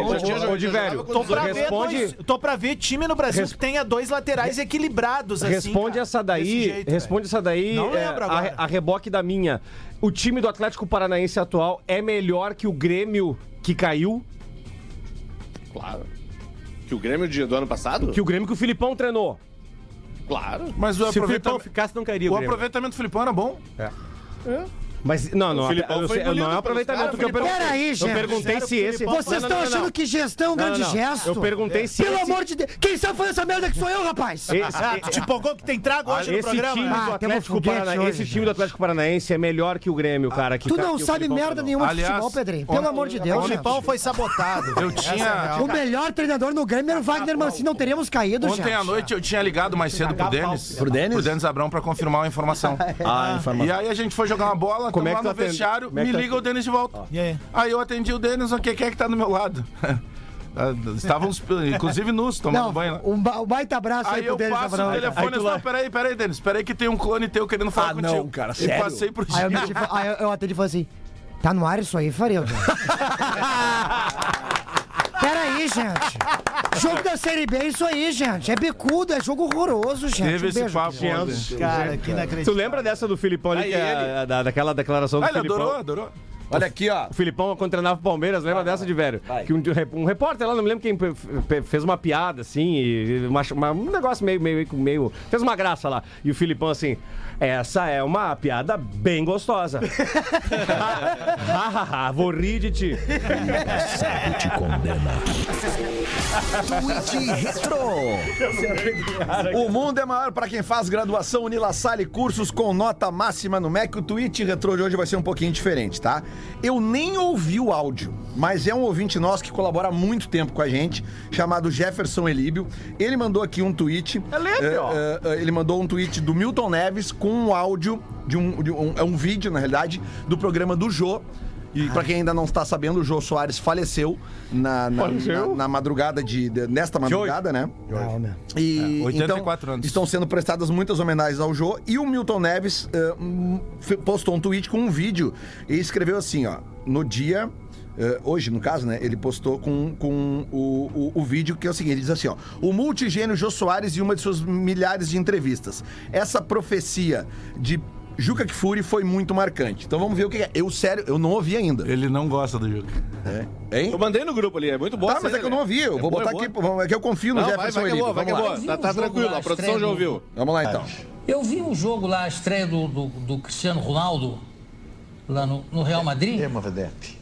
S3: ô, ô, de velho,
S4: Tô pra, ver dois-
S3: responde,
S4: tô pra ver time no Brasil que tenha dois laterais equilibrados assim.
S3: responde
S4: cara,
S3: essa daí,
S4: desse jeito,
S3: responde essa daí,
S4: Não
S3: é,
S4: lembro
S3: a-
S4: agora.
S3: a, reboque da minha. O time do Atlético Paranaense atual é melhor que o Grêmio que caiu,
S8: Claro. Que o Grêmio de- do ano passado?
S3: que o Grêmio que o Filipão treinou.
S8: Claro.
S6: Mas
S7: Se
S6: o
S7: o Filipão
S6: aproveitamento,
S7: ficasse, não cairia o
S6: o
S7: Grêmio.
S6: aproveitamento do Filipão era bom.
S3: Mas não, não,
S8: Filipão
S3: eu
S8: foi
S3: sei- não
S8: engolido
S3: é
S8: pelos
S3: aproveitamento
S8: caras,
S3: que eu perguntei.
S5: Peraí,
S3: eu
S5: gente.
S3: perguntei se esse.
S5: Vocês estão
S3: Não, não, não, não.
S5: achando que gestão é um
S3: Não, não,
S5: grande
S3: não.
S5: gesto?
S3: Eu perguntei se
S5: Pelo
S3: esse-
S5: amor de Deus. Quem sabe fazer essa merda que sou eu, rapaz?
S4: Ah, tu te empolgou que tem trago hoje no
S3: Esse
S4: programa?
S3: time,
S4: né?
S5: Ah,
S3: do
S5: temos
S3: Atlético
S5: foguete
S3: Parana...
S5: hoje,
S3: esse
S5: gente.
S3: time do Atlético Paranaense é melhor que o Grêmio, cara. Que
S5: Tu
S3: ca-
S5: não
S3: que o
S5: sabe
S3: Filipão
S5: merda
S3: treinou.
S5: nenhuma de
S6: Aliás,
S5: futebol, Pedrinho. Pelo
S6: ontem-
S5: amor de
S4: É, O
S5: Deus, gente.
S4: Filipão foi sabotado.
S6: Eu tinha.
S5: O melhor treinador no Grêmio era o Wagner Mancini. Não teríamos caído, gente.
S6: Tá Ontem à noite eu tinha ligado mais cedo pro Denis. Pro Denis? Pro Denis Abrão pra confirmar a informação.
S2: Ah, informação.
S6: E aí a gente foi jogar uma bola,
S3: Como
S6: tamo
S3: é que
S6: lá
S3: tu
S6: no
S3: atende?
S6: vestiário,
S3: Como é que
S6: me
S3: tu
S6: liga o Denis de volta.
S4: E aí?
S6: Aí eu atendi o Denis, o que que é que tá do meu lado? Ah, Estavam, uns- inclusive, nus tomando
S5: Não,
S6: banho lá.
S5: um, ba- um baita abraço aí,
S6: Aí
S5: pro
S6: eu
S5: Denis
S6: passo o
S5: Abraão. cara.
S6: telefone e falo, peraí, peraí, Denis, peraí que tem um clone teu querendo falar
S2: Ah,
S6: contigo.
S2: não, cara,
S6: E
S2: sério?
S6: passei pro
S5: Aí eu,
S6: Gil.
S5: meti, aí eu- eu atendi e falei assim: tá no ar isso aí, Faria? Peraí, gente. Jogo da Série B é isso aí, gente. É bicudo, é jogo horroroso, gente.
S6: Teve
S5: Um
S6: esse
S5: beijo,
S6: papo
S5: gente.
S6: ontem.
S4: Cara, que
S3: Tu
S4: inacreditável.
S3: lembra dessa do Filipão ali,
S6: Aí
S3: que é
S6: ele-
S3: a- da- daquela declaração do
S6: Ah, ele
S3: Filipão?
S6: adorou, adorou.
S2: Olha aqui, ó.
S3: O Filipão quando treinava o Palmeiras, lembra dessa de velho? Que um, rep- um repórter lá, não me lembro quem pe- pe- fez uma piada, assim, e uma ch- uma- um negócio meio, meio, meio. Fez uma graça lá. E o Filipão assim, essa é uma piada bem gostosa. Hahaha, vou rir de ti.
S1: te condena.
S2: O mundo é maior para quem faz graduação Unilassale cursos com nota máxima no MEC. O tweet retrô de hoje vai ser um pouquinho diferente, tá? Eu nem ouvi o áudio, mas é um ouvinte nosso que colabora há muito tempo com a gente, chamado Jefferson Elíbio. Ele mandou aqui um tweet. eh, eh, eh, ele mandou um tweet do Milton Neves com um áudio de um, de um- é um vídeo, na realidade, do programa do Jô. E pra quem ainda não está sabendo, o Jô Soares faleceu na, na, na- na madrugada de, de- nesta madrugada, né?
S5: Não, meu.
S2: E,
S6: É, 84
S2: então,
S6: anos.
S2: Estão sendo prestadas muitas homenagens ao Jô. E o Milton Neves eh, hum, fe- postou um tweet com um vídeo e escreveu assim: ó, no dia. eh, hoje, no caso, né? Ele postou com, com o, o, o vídeo que é o seguinte: ele diz assim, ó. O multigênio Jô Soares e uma de suas milhares de entrevistas. Essa profecia de Juca Kfouri foi muito marcante. Então vamos ver o que é. Eu, sério, eu não ouvi ainda.
S6: Ele não gosta do jogo.
S2: É. Hein?
S8: Eu mandei no grupo ali, é muito bom.
S2: Tá, mas é que eu não ouvi. Eu vou botar aqui. pô, É que eu confio no
S8: Não, vai,
S2: Jefferson
S8: vai que é
S2: Elibo.
S8: boa, vai que é
S2: Vamos lá.
S8: boa. Tá, tá tranquilo, a produção já ouviu.
S2: Vamos lá então.
S9: Eu vi um jogo lá, a estreia do, do, do Cristiano Ronaldo, lá no, no Real Madrid.
S10: Ah,
S9: É uma vedete.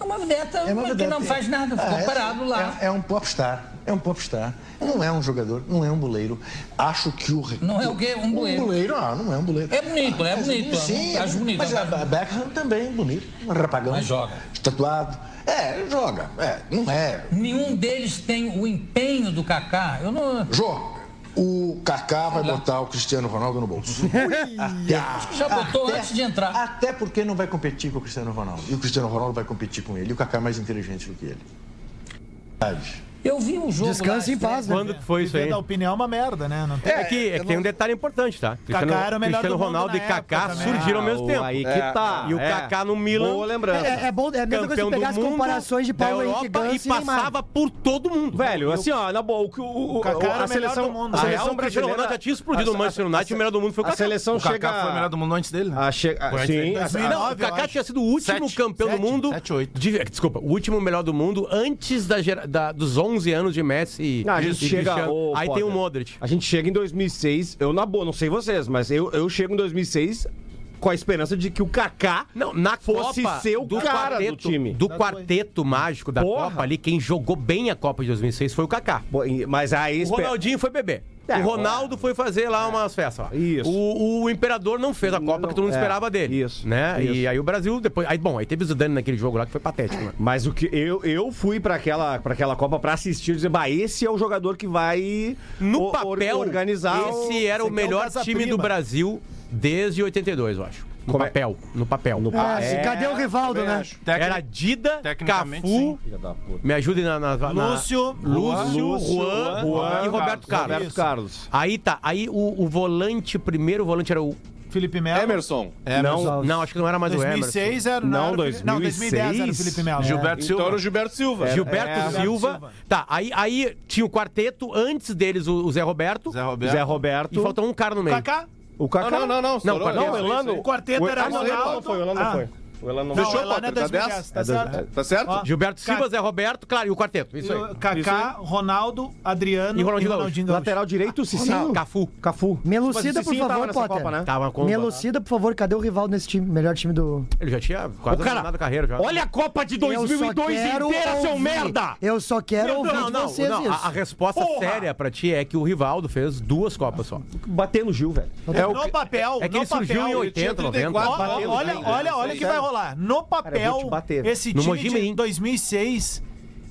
S9: É uma vedeta, mas que não faz nada, ficou
S2: Ah, assim.
S9: parado lá.
S10: É, é um popstar, é um popstar. Não é um jogador, não é um boleiro. Acho que o...
S9: Não é o quê? Um
S10: Um
S9: goleiro.
S10: boleiro, ah, não é um boleiro.
S9: É bonito, é bonito.
S10: Sim,
S9: acho bonito.
S10: Mas a a Beckham também, é bonito. Um rapagão.
S9: Mas joga.
S10: Tatuado. É, joga. É, não é.
S9: Nenhum deles tem o empenho do Kaká. Eu não.
S10: Jô, o Kaká vai botar o Cristiano Ronaldo no bolso. Acho
S9: que já botou antes de entrar.
S10: Ah, Até porque não vai competir com o Cristiano Ronaldo. E o Cristiano Ronaldo vai competir com ele. E o Kaká é mais inteligente do que ele. Verdade.
S9: Eu vi um jogo.
S5: Descanse
S9: lá,
S5: em paz, né?
S7: Quando que foi isso aí?
S4: Da opinião é uma merda, né? Não tem...
S7: É que, é que tem um detalhe importante, tá?
S4: era o melhor
S7: Cristiano
S4: do mundo
S7: Ronaldo e
S4: na
S7: Kaká
S4: época também.
S7: surgiram ao mesmo tempo.
S3: Aí que tá.
S7: E o
S3: é.
S7: Kaká no Milan.
S3: Boa
S5: É,
S3: lembrança.
S5: é, é bom, é a mesma coisa
S7: campeão
S5: que pegar as
S7: do mundo,
S5: comparações de
S7: da
S5: Paulo Henrique
S7: Europa
S5: Ganso
S7: e passava por todo mundo.
S3: Velho, assim, ó, na boa, o, que o, o,
S4: Kaká
S3: o-
S4: era o
S3: a
S4: melhor
S3: seleção,
S4: do mundo.
S3: a
S7: a
S4: seleção
S7: real, o Cristiano Ronaldo já tinha explodido no Manchester United e o melhor do mundo foi o
S3: a
S7: Kaká.
S3: seleção
S6: O Kaká
S3: chega
S6: Ah, foi o melhor do mundo antes dele, né?
S8: tá
S3: a che- a- sim,
S4: Brasil.
S3: a-
S7: Não, o
S4: 2009, eu
S7: Kaká
S4: acho.
S7: tinha sido o último
S6: Sete,
S7: campeão
S6: sete,
S7: do mundo.
S6: sete, oito.
S7: de- desculpa, o último melhor do mundo antes da, gera- da- dos 11 anos de Messi e,
S3: Ah, a
S7: e
S3: gente chega.
S7: Cristiano.
S3: ô,
S7: Aí tem
S3: Potter,
S7: o Modric.
S8: tá?
S3: A gente chega em 2006, eu na boa, não sei vocês, mas eu, eu chego em 2006 com a esperança de que o Kaká
S7: Não, na
S3: fosse
S7: Copa
S3: ser o cara do time.
S7: do quarteto mágico da
S3: Porra.
S7: Copa ali, quem jogou bem a Copa de 2006 foi o Kaká.
S3: Pô, e- Mas aí.
S7: O Ronaldinho foi beber.
S3: É,
S7: o Ronaldo foi fazer lá umas festas. lá.
S3: Isso.
S7: O, o Imperador não fez a Copa
S3: Não,
S7: que todo mundo
S3: é,
S7: esperava dele.
S3: isso,
S7: Né?
S3: isso.
S7: E aí o Brasil depois. Aí, bom, aí teve o Zidane naquele jogo lá que foi patético. Né?
S3: Mas o que eu, eu fui pra aquela, pra aquela Copa pra assistir e dizer, bah, esse é o jogador que vai
S7: No
S3: o- or-
S7: papel,
S3: organizar o-
S7: esse era
S4: esse aqui é
S7: o
S4: o
S7: melhor
S4: Vaza-prima.
S7: time do Brasil desde 82, eu acho. No
S3: Como é?
S7: papel, no papel.
S5: É, Cadê o Rivaldo, né?
S7: Era Dida,
S6: Tecnicamente,
S7: Cafu, me ajudem na, na, na-
S4: Lúcio,
S7: Lúcio, Juan, e Roberto Carlos.
S3: Roberto Carlos.
S7: Aí tá, aí o, o volante, primeiro volante era o.
S4: Felipe Melo.
S3: É
S8: Emerson.
S7: Não, não, acho que não era mais o Emerson.
S4: 2006 era,
S3: Não,
S4: era o Felipe- não, 2010 era o
S3: 2006.
S4: Felipe Melo.
S6: Gilberto
S8: Então era
S6: Silva.
S8: o Gilberto Silva.
S7: Gilberto
S3: É,
S7: Silva.
S4: Silva.
S7: Tá, aí, aí tinha o quarteto, antes deles o, o Zé Roberto.
S6: Zé Roberto.
S3: Zé Roberto.
S7: E faltou um cara no meio.
S4: Kaká?
S3: O Kaká.
S8: Não, não, não, não.
S7: Não,
S8: estourou.
S7: quarteto.
S8: Isso,
S3: o Elano.
S8: isso, isso.
S4: quarteto
S3: o-
S4: era
S3: ah, não, o Elano
S4: Ronaldo.
S3: não foi, o Elano não
S4: Ah.
S3: foi. O Elano não
S8: Fechou,
S3: foi.
S4: Não, ela não é
S8: Potter, tá
S4: 2010,
S8: 10?
S4: tá certo.
S8: Tá certo?
S4: Ó,
S7: Gilberto Silva,
S4: Kaká.
S7: Zé Roberto, claro, e o quarteto. Isso aí.
S4: Kaká, Ronaldo, Adriano
S7: E Ronaldinho
S4: Gaúcho.
S3: Lateral direito, Cicinho.
S7: Não, Cafu.
S3: Cafu.
S5: Melucida, por
S3: Mas o Cicinho tava
S5: favor,
S3: nessa
S5: Potter.
S3: Copa, né?
S7: Tava com.
S5: Melucida, por favor, cadê o Rivaldo nesse time? Melhor time do.
S7: Ele já tinha quase
S3: cara,
S7: terminado a carreira já.
S3: Olha a Copa de
S5: Eu só
S3: 2002
S5: quero
S3: inteira, seu
S5: ouvir.
S3: merda!
S5: Eu só quero
S7: Não,
S5: ouvir
S7: não,
S5: de
S7: não,
S5: vocês
S7: não. A, a
S5: isso.
S7: resposta séria pra ti é que o Rivaldo fez duas Copas só.
S3: Bater no Gil, velho.
S6: É o
S4: No papel,
S7: É que
S4: no
S7: ele surgiu
S4: papel,
S7: em
S4: ele tinha
S7: 80, 90.
S4: 34,
S7: Bateu
S4: Olha,
S7: no
S4: olha,
S7: Grêmio,
S4: olha, olha o que vai rolar. No
S3: Cara, eu
S4: papel,
S3: vou te bater.
S4: esse
S7: No
S4: time
S7: Mogi
S4: de
S7: Mirim.
S4: 2006,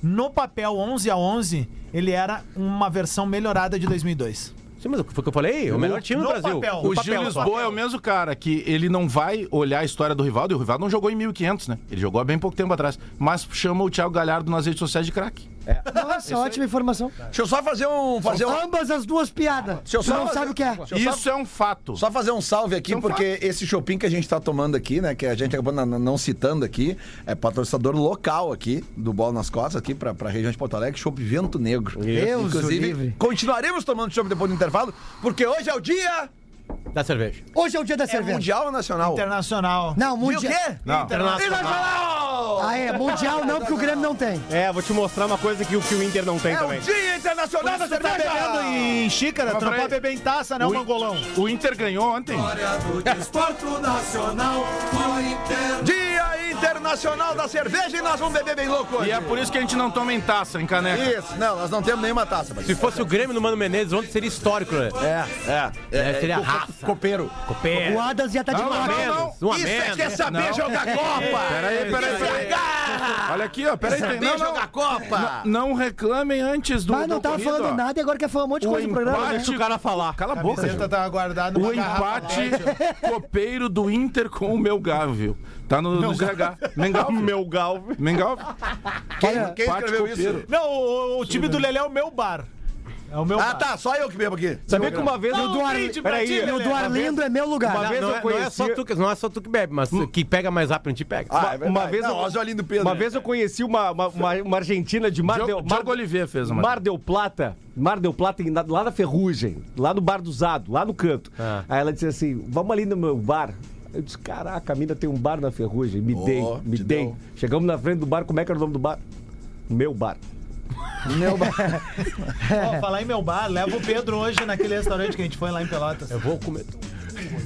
S4: no papel 11 a 11, ele era uma versão melhorada de 2002.
S7: Sim, mas foi o que eu falei? O melhor time do
S4: no
S7: Brasil.
S4: papel.
S7: No
S6: O Gil
S7: papel só.
S6: Lisboa é o mesmo cara que ele não vai olhar a história do Rivaldo, e o Rivaldo não jogou em 1500, né? Ele jogou há bem pouco tempo atrás, mas chama o Thiago Galhardo nas redes sociais de craque.
S5: Nossa, ótima informação.
S2: Deixa eu só fazer um. Fazer um...
S5: Ambas as duas piadas.
S2: Deixa eu
S5: Tu
S2: só
S5: não
S2: fazer-
S5: sabe o que é.
S2: Deixa eu só-
S6: Isso é um fato.
S2: Só fazer um salve aqui,
S6: Isso é um
S2: porque esse shopping que a gente tá tomando aqui, né? Que a gente acabou na- na- não citando aqui, é patrocinador local aqui, do Bola nas Costas, aqui pra, pra região de Porto Alegre, Chopp Vento Negro.
S5: Deus o
S2: Inclusive,
S5: livre.
S2: continuaremos tomando chopp depois do intervalo, porque hoje é o dia
S11: Da cerveja.
S5: Hoje é o dia da cerveja.
S2: mundial ou nacional.
S4: Internacional.
S5: Não,
S2: E o
S5: mundial.
S2: quê?
S11: Não.
S2: Internacional!
S5: Ah, é, mundial não, porque o Grêmio não tem.
S7: É, vou te mostrar uma coisa que o, que o Inter não tem
S2: É o
S7: também.
S2: Dia Internacional da
S4: Você tá
S2: Cerveja!
S4: bebendo em xícara, tu não pode beber em taça, não,
S2: um
S4: mangolão.
S6: O Inter ganhou ontem.
S2: Dia Internacional da Cerveja e nós vamos beber bem louco hoje.
S6: E é por isso que a gente não toma em taça, em caneca.
S2: Isso, não, nós não temos nenhuma taça, mas...
S11: Se fosse o Grêmio no Mano Menezes, ontem seria histórico, né?
S2: É, é.
S11: É, seria raça.
S2: Copeiro.
S5: O Adas já tá de
S6: não,
S5: placa.
S6: não, não.
S11: Uma
S2: é Isso é
S11: merda.
S2: que é saber jogar Copa! é
S6: Peraí, peraí, peraí. Olha aqui, ó. Peraí, tem... não, não.
S2: Copa!
S6: Não reclamem antes do.
S5: Mas não
S6: do
S5: tava
S6: ocorrido, ó.
S5: falando nada e agora quer falar um monte de coisa no programa. né?
S11: Deixa o cara falar.
S6: Cala a boca,
S4: Camiseta
S6: gente.
S4: tava guardada
S6: O
S4: numa garrafa
S6: empate
S4: light, ó.
S6: copeiro do Inter com o Melgávio. Tá no, no GH. Mengalvio. Melgalvio.
S2: Quem, quem
S6: Empate
S2: escreveu
S6: copeiro.
S2: isso?
S4: Não, o, o
S7: né?
S4: time do Lelé é o meu bar. É o meu
S2: Ah,
S4: bar.
S2: tá, só eu que bebo aqui.
S7: Sabia que uma vez eu
S5: O do, Ar...
S7: Peraí,
S5: o do Arlindo é meu
S11: Não,
S5: lugar.
S7: vez
S11: não é- não
S7: eu
S11: é só
S7: conheci-
S11: tu que- não é só tu que bebe, mas que pega mais rápido não te pega.
S2: Ah,
S7: Uma-
S2: é verdade.
S7: uma vez
S2: não,
S7: eu-
S2: olha o Arlindo Pedro.
S7: Uma vez eu conheci uma, uma, uma- uma argentina de Mar
S6: Diogo-
S7: del, Mar,
S6: Diogo Oliveira fez uma.
S7: Mar del Plata, Mar del Plata, em- na- lá na Ferrugem, lá no Bar do Zado, lá no canto.
S11: Ah.
S7: Aí ela disse assim, vamos ali no meu bar. Eu disse, caraca, a mina tem um bar na Ferrugem, me
S2: Ó,
S7: dei, me
S2: te
S7: dei.
S2: deu.
S7: Chegamos na frente do bar, como é que era o nome do bar? Meu bar.
S2: Meu bar-
S4: Ó, falar em meu bar, leva o Pedro hoje naquele restaurante que a gente foi lá em Pelotas. Eu vou comer.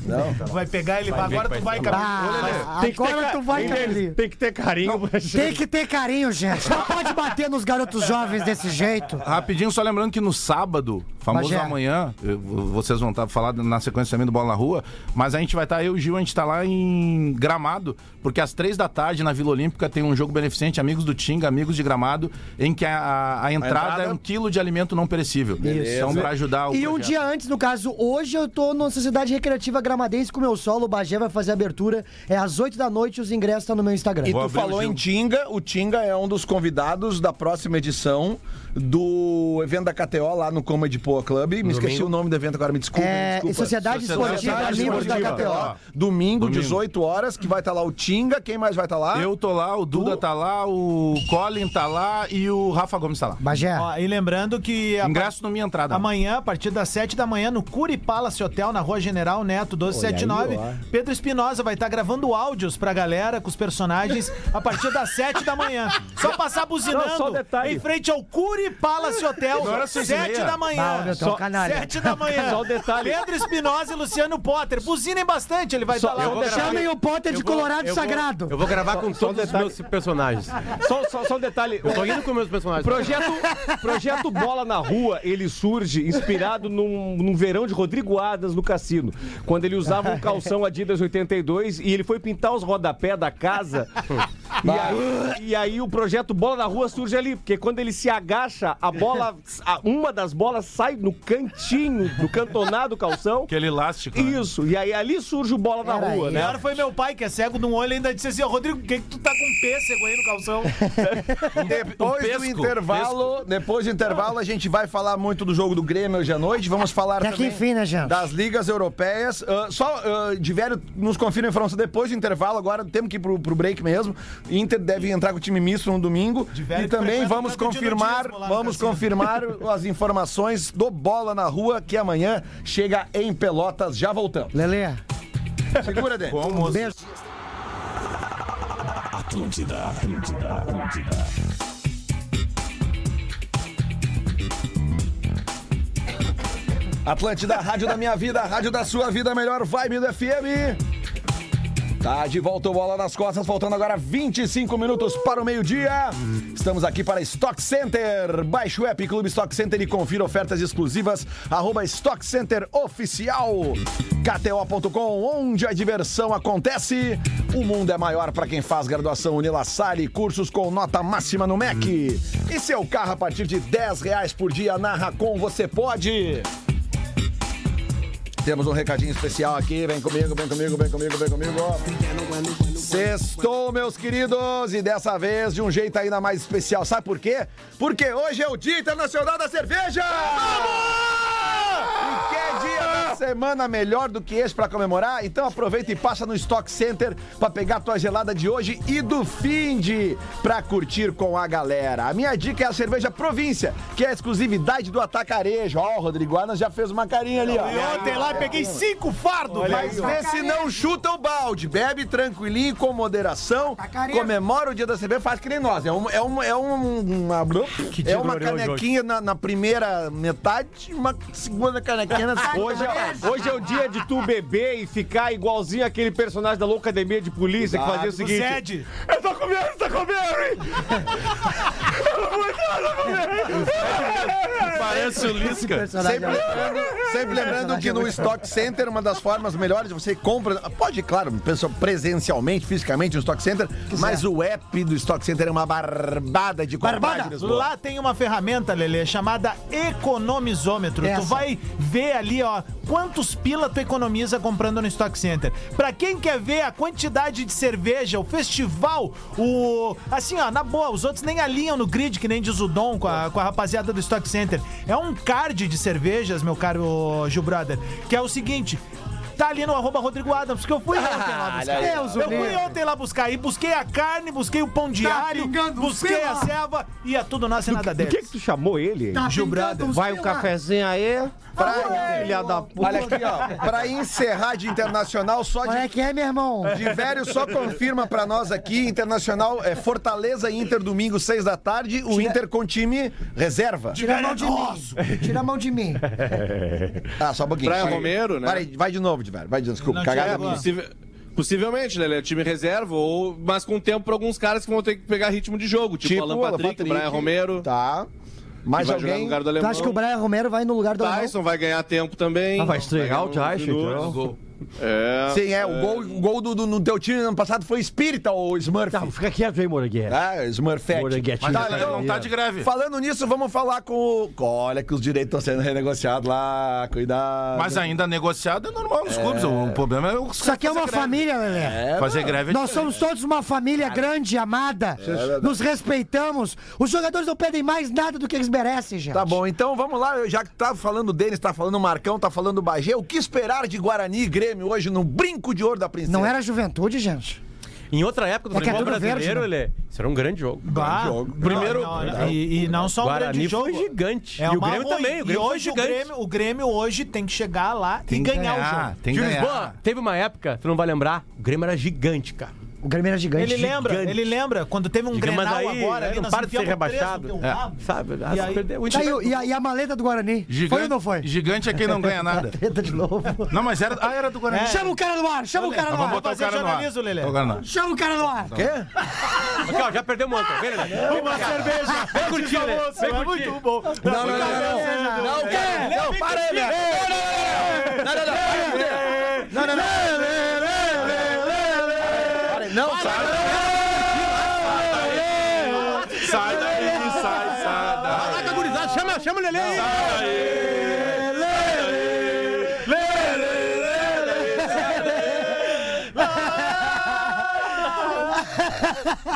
S4: Não. Vai pegar ele, agora tu vai, Camilo.
S5: Ah, agora tu vai, Carlinhos.
S7: Tem que ter carinho, mas...
S5: Tem que ter carinho, gente. Não pode bater nos garotos jovens desse jeito.
S6: Rapidinho, só lembrando que no sábado, famoso
S5: Bagé.
S6: amanhã, eu- vocês vão estar falando na sequência também do Bola na Rua, mas a gente vai estar, eu e o Gil, a gente está lá em Gramado, porque às três da tarde na Vila Olímpica tem um jogo beneficente, Amigos do Tinga, Amigos de Gramado, em que a, a- a entrada,
S2: entrada-
S6: é um quilo de alimento não perecível. Então, para ajudar o
S5: E um
S6: projeto.
S5: dia antes, no caso, hoje eu tô na Sociedade Recreativa Gramadense com o meu solo. O Bagé vai fazer a abertura. É às 8 da noite, os ingressos estão no meu Instagram.
S2: E
S6: Vou
S2: tu
S6: abrir o
S2: falou
S6: Gil.
S2: em Tinga, o Tinga é um dos convidados da próxima edição do evento da KTO lá no Comedy Poa Club. Me esqueci o nome do evento agora, me desculpa.
S5: É,
S2: desculpa.
S5: Sociedade Esportiva
S2: Sociedade
S5: Amigos da
S2: Esportiva.
S5: KTO.
S2: Domingo, 18 horas, que vai estar lá o Tinga. Quem mais vai estar lá?
S6: Eu tô lá, o Duda tá lá, o Colin tá lá e o Rafa Gomes tá lá.
S5: Bagé,
S4: Ó, e lembrando que a-
S6: Ingresso no minha entrada.
S4: amanhã, a partir das 7 da manhã, no Curi Palace Hotel, na Rua General Neto 1279, Pedro Espinosa vai estar gravando áudios pra galera com os personagens a partir das 7 da manhã. Só passar buzinando
S7: Não, só um detalhe.
S4: em frente ao Curi Palace Hotel,
S6: Não era seis e
S4: 7
S6: meia.
S4: da
S5: Ah, o
S4: manhã.
S5: Betão é um canalha.
S4: 7 da manhã.
S7: Só um detalhe.
S4: Pedro Espinosa e Luciano Potter. Buzinem bastante, ele vai estar lá.
S11: eu vou gravar.
S5: chamem o Potter É de
S11: Eu vou-
S5: Colorado
S11: eu vou-
S5: Sagrado.
S11: Eu vou gravar com todos os meus personagens.
S7: um Só, só, só um detalhe.
S11: Eu tô indo com meus personagens.
S7: Projeto, projeto Bola na Rua, ele surge inspirado num, num verão de Rodrigo Adas no cassino. Quando ele usava um calção Adidas 82 e ele foi pintar os rodapé da casa. e, aí, e aí o projeto Bola na Rua surge ali, porque quando ele se agacha, a bola, a- uma das bolas sai no cantinho, no cantonado do calção.
S6: Aquele elástico. né?
S7: Isso, e aí ali surge o Bola na
S5: Era
S7: Rua,
S5: aí.
S4: O melhor
S7: né?
S4: foi meu pai, que é cego de um olho, e ainda disse assim: Ô Rodrigo, por que, que tu tá com pêssego aí no calção?
S2: Depois
S6: pesco,
S2: do intervalo, depois do intervalo a gente vai falar muito do jogo do Grêmio hoje à noite. Vamos falar
S5: Até que
S2: também
S5: enfim, né, gente?
S2: das ligas europeias. Ah, só ah, de velho, nos confirma a informação depois do intervalo. Agora temos que ir pro, pro break mesmo. Inter deve entrar com o time misto no domingo
S4: velho
S2: e também
S4: frequenta
S2: vamos
S4: o campo de
S2: confirmar,
S4: nudismo lá no
S2: vamos
S4: cassino.
S2: confirmar as informações do Bola na Rua que amanhã chega em Pelotas. Já voltamos.
S5: Lelê,
S2: Segura, Dê.
S5: um beijo.
S12: Atlântida, Atlântida, Atlântida.
S2: Atlântida, rádio da minha vida, rádio da sua vida, a melhor vibe do FM. Tá de volta o bola nas costas, faltando agora 25 minutos para o meio-dia. Estamos aqui para Stock Center. Baixe o app Clube Stock Center e confira ofertas exclusivas. Arroba Stock Center Oficial. KTO.com, onde a diversão acontece. O mundo é maior para quem faz graduação Unilassale, cursos com nota máxima no MEC. E seu carro a partir de R$ 10 reais por dia na Racon, você pode. Temos um recadinho especial aqui. Vem comigo, vem comigo, vem comigo, vem comigo. Sextou, meus queridos, e dessa vez de um jeito ainda mais especial. Sabe por quê? Porque hoje é o Dia Internacional da Cerveja! E que é dia da Semana melhor do que esse para comemorar, então aproveita e passa no Stock Center para pegar a tua gelada de hoje e do fim de para curtir com a galera. A minha dica é a cerveja Província, que é a exclusividade do atacarejo. Ó, o Rodrigo Anas já fez uma carinha ali, ó.
S4: E ontem lá peguei cinco fardos,
S2: Mas vê se não chuta o balde. Bebe tranquilinho, com moderação. Comemora o dia da cerveja, faz que nem nós. É, um, é, um, é um- uma, é uma
S7: glorioso
S2: canequinha na, na primeira metade, uma segunda canequinha na segunda.
S3: Hoje é, hoje é o dia de tu beber e ficar igualzinho aquele personagem da Loucademia de Polícia que fazia o seguinte.
S4: Zed.
S3: Eu tô comendo, tô comendo! hein? Eu vou entrar, eu vou comer.
S6: Parece o Lisca.
S5: Personagem
S2: Sempre lembrando, sempre lembrando que no Stock Center, uma das formas melhores, você compra. Pode, claro, pessoa presencialmente, fisicamente no Stock Center, mas o app do Stock Center é uma barbada de
S4: Barbada,
S2: comprar.
S4: lá tem uma ferramenta, Lelê, chamada economizômetro.
S5: Essa.
S4: Tu vai ver ali, ó, quantos pila tu economiza comprando no Stock Center. Pra quem quer ver a quantidade de cerveja, o festival, o... Assim, ó, na boa, os outros nem alinham no grid, que nem diz o Dom com a, com a rapaziada do Stock Center. É um card de cervejas, meu caro Gil Brother, que é o seguinte... Tá ali no arroba Rodrigo Adams, porque eu fui ontem lá buscar.
S5: Deus, o
S4: eu fui
S5: livre.
S4: ontem lá buscar. E busquei a carne, busquei o pão diário,
S5: pingando um
S4: busquei
S5: pila.
S4: a serva, ia tudo nossa e nada
S3: Do
S4: deles.
S3: que que tu chamou ele?
S5: Gilbrado.
S3: Vai um cafezinho aí. Pra filha da puta.
S2: Olha aqui, ó. Pra encerrar de internacional, só
S5: Qual
S2: de
S5: é que é, meu irmão?
S2: De velho, só confirma pra nós aqui, Internacional, é Fortaleza e Inter, domingo, seis da tarde, o Inter com time reserva.
S5: Tira a mão de
S4: é,
S5: mim. Tira a mão de mim.
S2: Ah, só um pouquinho.
S8: Praia
S2: Vai-
S8: Romero, né?
S2: Vai, vai de novo, de velho, vai de novo, desculpa,
S4: Não,
S2: cagada
S4: Thiago,
S2: minha.
S8: Possi- É, Possivelmente, Lelê, time reserva, ou, mas com tempo para alguns caras que vão ter que pegar ritmo de jogo, tipo, Alan Patrick, Brian Romero,
S2: Tá.
S8: que
S2: Mais
S8: vai jogar no
S2: alguém?
S8: lugar do
S5: Tu
S8: alemão.
S5: acha que o Brian Romero vai no lugar do Arnaldo?
S8: Tyson vai ganhar tempo também.
S3: Ah, vai estrear o
S8: Vai ganhar um
S3: Tyson,
S8: minutos.
S3: então.
S8: É.
S2: Sim, é, o gol, o gol do, do- no teu time no ano passado foi espírita, o Smurf.
S5: Ah,
S3: Tá, fica quieto aí, Moragueira.
S2: Ah, Smurfette.
S4: é
S3: Moraguete.
S6: Mas
S4: né?
S6: ele não tá de greve.
S2: Falando nisso, vamos falar com o... Olha que os direitos estão sendo renegociados lá, cuidado.
S6: Mas ainda negociado é normal nos clubes. O problema é os
S5: Isso aqui é uma
S6: fazer
S5: família, Lelé.
S6: greve. Fazer greve é
S5: Nós somos todos uma família grande, amada. Nos respeitamos. Os jogadores não pedem mais nada do que eles merecem, gente.
S2: Tá bom, então vamos lá, já que tá falando deles, tá falando Marcão, tá falando Bagé, o que esperar de Guarani e Grêmio hoje no brinco de ouro da princesa?
S5: Não era juventude, gente.
S7: Em outra época do
S5: É que é
S7: futebol
S5: tudo
S7: brasileiro,
S5: verde,
S7: ele isso era um grande jogo.
S4: né? Bah,
S6: Primeiro-
S4: não, não, e, e não só um grande
S7: Guarani
S4: jogo.
S7: foi gigante.
S4: É
S7: e o
S4: uma
S7: Grêmio
S4: ruim.
S7: também. O
S4: e
S7: Grêmio foi
S4: hoje
S7: gigante.
S4: o Grêmio, o Grêmio hoje tem que chegar lá e ganhar, o jogo.
S6: Tem que
S7: Gil Lisboa,
S6: ganhar.
S7: teve uma época, tu não vai lembrar, o Grêmio era gigante, cara.
S5: O Grêmio era gigante.
S4: Ele lembra,
S7: gigante.
S4: ele lembra quando teve um
S7: Diga, mas
S4: Grenal
S7: aí,
S4: agora,
S7: né,
S4: ali
S7: não
S4: nós
S7: para de ser
S4: enfiamos três
S7: rebaixado.
S4: no teu
S7: É,
S4: rabo.
S7: sabe?
S4: E aí-
S7: perdeu.
S5: Tá aí, e, a, e a maleta do Guarani? Foi ou não foi?
S6: Gigante é quem não ganha nada.
S5: Tenta de novo.
S6: Não, mas era. Ah, era do Guarani.
S4: É.
S5: Chama o cara no ar, chama o cara
S6: Nós
S5: no
S6: vamos
S5: ar.
S6: botar o
S4: fazer
S6: cara no ar.
S4: jornalismo, Lelê.
S6: Botar o cara no ar.
S5: Chama o cara no ar.
S7: Aqui, ó, já perdeu um monte. Vem, Lelê.
S4: Uma cerveja,
S7: Vem curtir, Lelê. Vem
S4: é
S7: curtir.
S4: muito bom.
S2: Não, não, não, não, não, não, cara, não, para aí, velho. Não, não, não, para aí, velho. Não, não, não. Para aí, Não, sai.
S6: Sai daí, sai, sai daí.
S7: Caraca, gurizada, chama, chama o Lelê aí.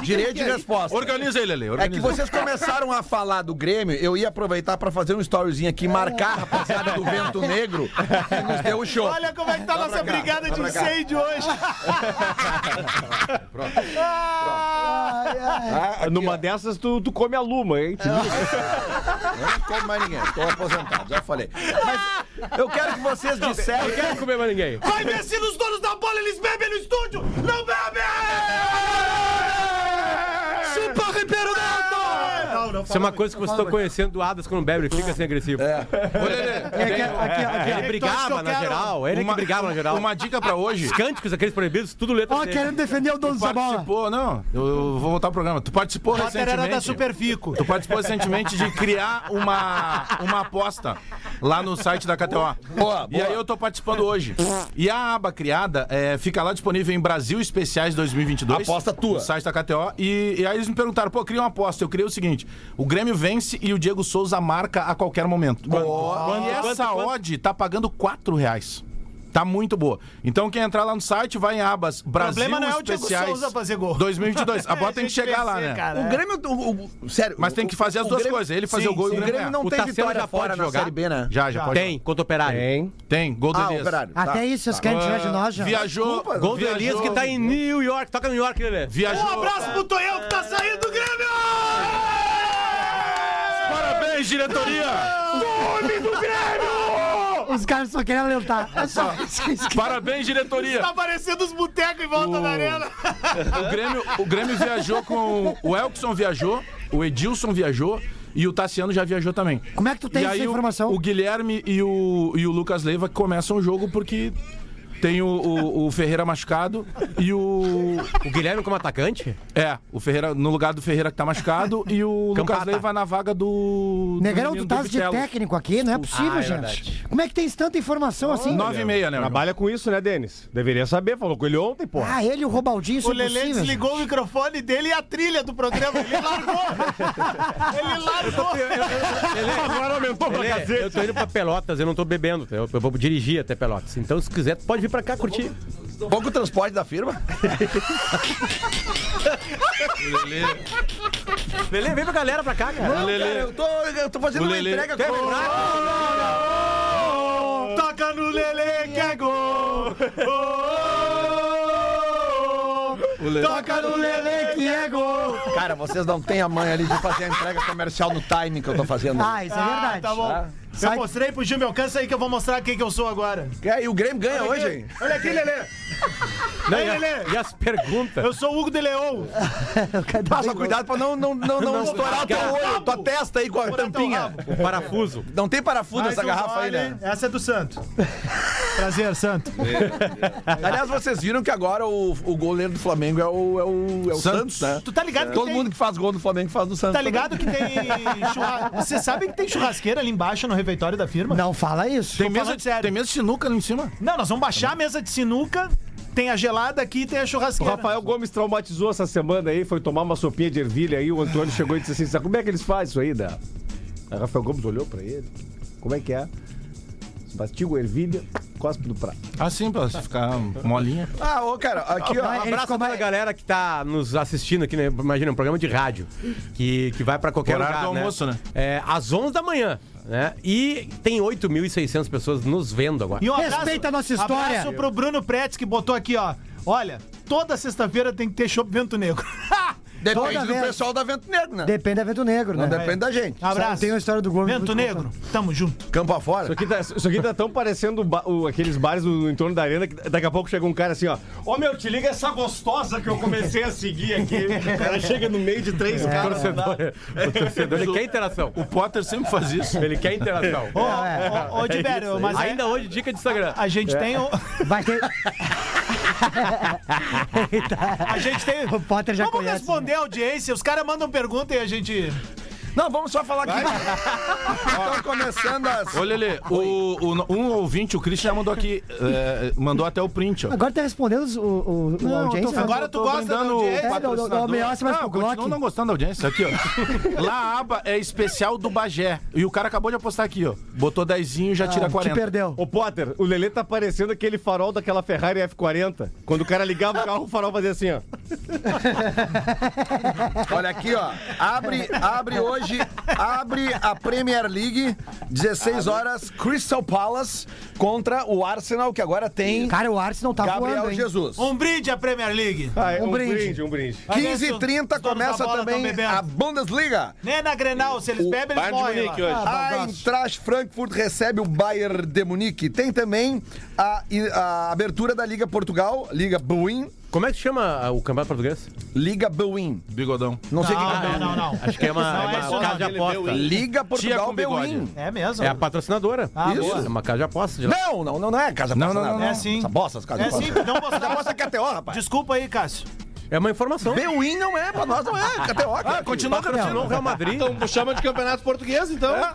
S2: Direito de resposta.
S6: Organiza ele, Lele.
S2: É que
S6: Organiza.
S2: vocês começaram a falar do Grêmio, eu ia aproveitar pra fazer um storyzinho aqui, marcar a rapaziada do Vento Negro, que nos deu o show.
S4: Olha como é que tá a nossa brigada de incêndio hoje.
S2: Ah, aqui,
S3: Numa
S2: ó.
S3: dessas, tu, tu come a luma, hein?
S2: Não como mais ninguém, tô aposentado, já falei. Mas eu quero que vocês dissertem.
S7: Não comer mais ninguém.
S4: Vai ver se nos donos da bola eles bebem no estúdio. Não bebem!
S2: Chupa Ribeiro
S4: Não, não
S7: Isso é uma coisa que vocês estão conhecendo do Adas quando bebe, ele fica assim agressivo.
S6: Ô, Lele,
S5: Aqui, aqui, aqui,
S7: Ele
S5: ó.
S7: brigava na geral, ele que brigava na geral.
S6: Uma dica pra hoje.
S7: Os cânticos, aqueles proibidos, tudo letra
S5: Ó,
S7: dele.
S5: querendo defender o dono da bola.
S6: Participou, não. Eu eu vou voltar ao programa. Tu participou
S4: Potter
S6: recentemente.
S4: era da Superfico.
S6: Tu participou recentemente de criar uma, uma aposta lá no site da KTO.
S2: Boa, boa.
S6: E aí eu tô participando hoje. E a aba criada é, fica lá disponível em Brasil Especiais 2022.
S2: Aposta tua.
S6: no site da KTO. E, e aí eles me perguntaram, pô, cria uma aposta. Eu criei o seguinte, o Grêmio vence e o Diego Souza marca a qualquer momento. e essa odd tá pagando 4 reais. Tá muito boa. Então quem entrar lá no site vai em abas Brasil
S4: problema não é o Diego
S6: especiais
S4: Souza fazer gol.
S6: 2022. A bola tem que
S4: gente
S6: chegar lá,
S4: vencer,
S6: né?
S4: cara.
S2: O Grêmio. o- o- sério.
S6: Mas tem que fazer as
S2: o
S6: duas
S2: Grêmio-
S6: coisas. Ele fazer
S2: Sim,
S6: o gol e
S2: sim, o Grêmio não
S7: O
S2: tem
S7: Tassiano
S2: vitória
S7: já pode
S2: fora na
S7: jogar.
S2: Série B, né?
S6: Já, já pode.
S7: Tem, contra o Operário.
S8: Hein?
S6: Tem, gol do
S2: Ah,
S6: Elias.
S2: operário. tá.
S5: Até isso, vocês querem tirar de nós já.
S6: Viajou.
S7: Gol do
S6: viajou-
S7: Elias que tá em New York. Toca New York, Lelê.
S6: Viajou.
S4: Um abraço pro Tonhão que tá saindo do Grêmio!
S6: Parabéns, diretoria!
S5: Os caras só querem alentar. É só.
S6: Parabéns, diretoria!
S4: Tá aparecendo os botecos em volta da arena.
S6: O Grêmio, o Grêmio viajou com. O Elkson viajou, o Edilson viajou e o Tassiano já viajou também.
S5: Como é que tu tem
S6: e
S5: essa
S6: aí o-
S5: informação?
S6: O, Guilherme e o, e o Lucas Leiva começam o jogo porque tem o, o- o Ferreira machucado e o.
S7: O Guilherme como atacante?
S6: É, o Ferreira no lugar do Ferreira que tá machucado e o Lucas
S7: Campata.
S6: Leiva na vaga do. do
S5: Negrão,
S6: menino
S5: tu
S6: do
S5: tá de
S6: Vitello.
S5: técnico aqui? Não é possível,
S7: é
S5: gente. Como é que tem tanta informação assim?
S6: Nove e meia, né? meu?
S8: Trabalha com isso, né, Denis? Deveria saber, falou com ele ontem, pô.
S5: Ah, ele e o Robaldinho
S4: O
S5: são
S4: Lelê
S5: possíveis.
S4: desligou o microfone dele e a trilha do programa. Ele largou! Ele largou!
S8: Agora aumentou pra
S7: Lelê, eu tô indo pra Pelotas, eu não tô bebendo. Eu, eu vou dirigir até Pelotas. Então, se quiser, tu pode vir pra cá curtir.
S2: Pouco transporte da firma.
S7: Lelê, vem pra galera pra cá, cara.
S2: Cara, eu, tô, eu tô fazendo uma entrega com
S4: Toca no Lelê que é gol! Toca no Lelê que é gol!
S2: Cara, vocês não têm a mãe ali de fazer a entrega comercial no time que eu tô fazendo.
S5: Ah, isso é verdade.
S4: tá bom. Eu
S5: Sai-
S4: mostrei pro Gil meu alcance aí que eu vou mostrar quem que eu sou agora.
S2: É, e o Grêmio ganha hoje, hein?
S4: Olha aqui, Lelê!
S7: Não,
S4: Ei,
S7: e, a-
S4: Lelê.
S7: e as perguntas?
S4: Eu sou o Hugo de Leão!
S2: Ah, só cuidado pra não, não, não, não, estourar o teu olho, tua testa aí com a tampinha.
S7: O parafuso.
S2: Não tem parafuso
S4: Mais
S2: nessa
S4: um
S2: garrafa aí,
S4: gole.
S2: né?
S4: Essa é do Santo. Prazer, Santo.
S2: Aliás, vocês viram que agora o, o goleiro do Flamengo é o, é o, é o Santos. né?
S4: Tu tá ligado que
S2: Todo
S4: tem-
S2: mundo que faz gol do Flamengo faz do Santos.
S4: Tá ligado que tem churrasqueira? Você sabe que tem churrasqueira ali embaixo no refeitório da firma?
S5: Não fala isso.
S6: Tem mesa,
S4: falando sério.
S6: tem mesa de sinuca ali em cima.
S4: Não, nós vamos baixar a mesa de sinuca, tem a gelada aqui e tem a
S8: O
S4: churrasqueira.
S8: Rafael Gomes traumatizou essa semana aí, foi tomar uma sopinha de ervilha aí, o Antônio chegou e disse assim, sabe como é que eles fazem isso aí, da? Aí o Rafael Gomes olhou pra ele, como é que é? Bastigo, ervilha, cospe no prato.
S6: Assim, pra ficar molinha.
S2: Ah, ô, cara, aqui,
S7: Um
S2: ó.
S5: Ele
S7: abraço
S5: ficou
S7: pra
S5: mais-
S7: galera que tá nos assistindo aqui, né? Imagina, um programa de rádio. Que, que vai pra qualquer
S6: Horário
S7: lugar.
S6: do almoço, né?
S7: É, às 11 da manhã. Né? E tem 8.600 pessoas nos vendo agora.
S4: E um
S5: Respeita a nossa história.
S4: abraço pro Bruno Pretz que botou aqui, ó. Olha, toda sexta-feira tem que ter chopp vento negro.
S2: Depende
S5: Toda
S2: do
S5: vez.
S2: pessoal da Vento Negro, né?
S5: Depende da Vento Negro,
S2: Não
S5: né?
S2: depende da gente.
S4: Abraço.
S5: Sabe, tem uma história do Gomes muito
S4: Vento negro, tamo junto.
S2: Campo afora.
S8: Isso aqui, tá, isso aqui tá tão parecendo ba- o- aqueles bares no, no entorno da arena que daqui a pouco chega um cara assim, ó. Ô meu, te liga essa gostosa que eu comecei a seguir aqui. O cara chega no meio de três
S2: É.
S8: caras.
S7: torcedor, o torcedor É ele quer interação.
S6: O Potter sempre faz isso.
S7: Ele quer interação.
S4: Ô, ô, ô, Dibério, mas é-
S7: Ainda hoje, dica de Instagram.
S4: a gente tem um- o.
S5: Vai ter...
S4: A gente tem.
S5: O Potter já
S4: Vamos
S5: conhece,
S4: responder a audiência. Os caras mandam pergunta e a gente.
S2: Não, vamos só falar que. Estão começando as.
S6: Ô, Lelê, o, o- um ouvinte, o Christian, já mandou aqui. eh, mandou até o print, ó.
S5: Agora tá respondendo os- o, o, o audiência? né?
S4: agora tu gosta da
S6: brindando
S4: audiência.
S6: o
S5: É, não, não, não,
S6: patrocinador.
S5: ameaça, mas
S6: Não,
S5: pro
S6: eu continuo
S5: Glock.
S6: não gostando da audiência. Aqui, ó. Lá a aba é especial do Bagé. E o cara acabou de apostar aqui, ó. Botou 10 e já tira
S5: Te
S6: 40.
S5: Ah, perdeu.
S8: Ô Potter, o Lelê tá parecendo aquele farol daquela Ferrari F40. Quando o cara ligava o carro, o farol fazia assim, ó.
S2: Olha aqui, ó. Abre, abre hoje, abre a Premier League, 16 horas, Crystal Palace contra o Arsenal, que agora tem
S5: Cara, o Arsenal tá
S2: Gabriel
S5: voando, hein?
S2: Jesus.
S4: Um brinde à Premier League.
S8: Ah,
S5: Um brinde.
S8: um brinde.
S4: Vai ver se os
S2: 15h30
S4: donos da
S2: começa
S4: bola tão
S2: também
S4: bebendo.
S2: a Bundesliga.
S4: Nem Né, na Grenal, se eles bebem, eles
S13: Bayern de
S4: morrem.
S13: Munique
S4: lá. Ah,
S13: hoje.
S2: A Eintracht Frankfurt recebe o Bayern de Munique. Tem também a, a abertura da Liga Portugal, Liga Buin,
S7: Como é que chama ah, o campeonato português?
S2: Liga Buin.
S6: Bigodão.
S2: Não sei o que
S4: Não, não, não, não.
S7: Acho que é uma,
S4: Não,
S7: é
S4: é isso
S7: uma casa de
S4: não.
S7: aposta.
S2: Liga Portugal
S6: com bigode.
S2: Buin.
S4: É mesmo?
S7: É a patrocinadora.
S4: Ah,
S7: Isso.
S4: boa.
S7: É uma casa de aposta de lá.
S2: Não, não, não, não é casa
S6: Não,
S2: Posta
S6: não,
S2: nada.
S6: não, não.
S4: É sim.
S2: Essa bosta, as casas
S4: É
S2: de
S4: sim,
S2: aposta.
S4: não
S2: Casa de
S4: gostaram.
S2: aposta é KTO, rapaz.
S4: Desculpa aí, Cássio.
S7: É uma informação.
S2: The win não é, pra nós não é. KTO,
S4: Ah,
S2: cara.
S7: Continua patrocinou o Real Madrid.
S8: Então chama de campeonato português, então.
S5: É,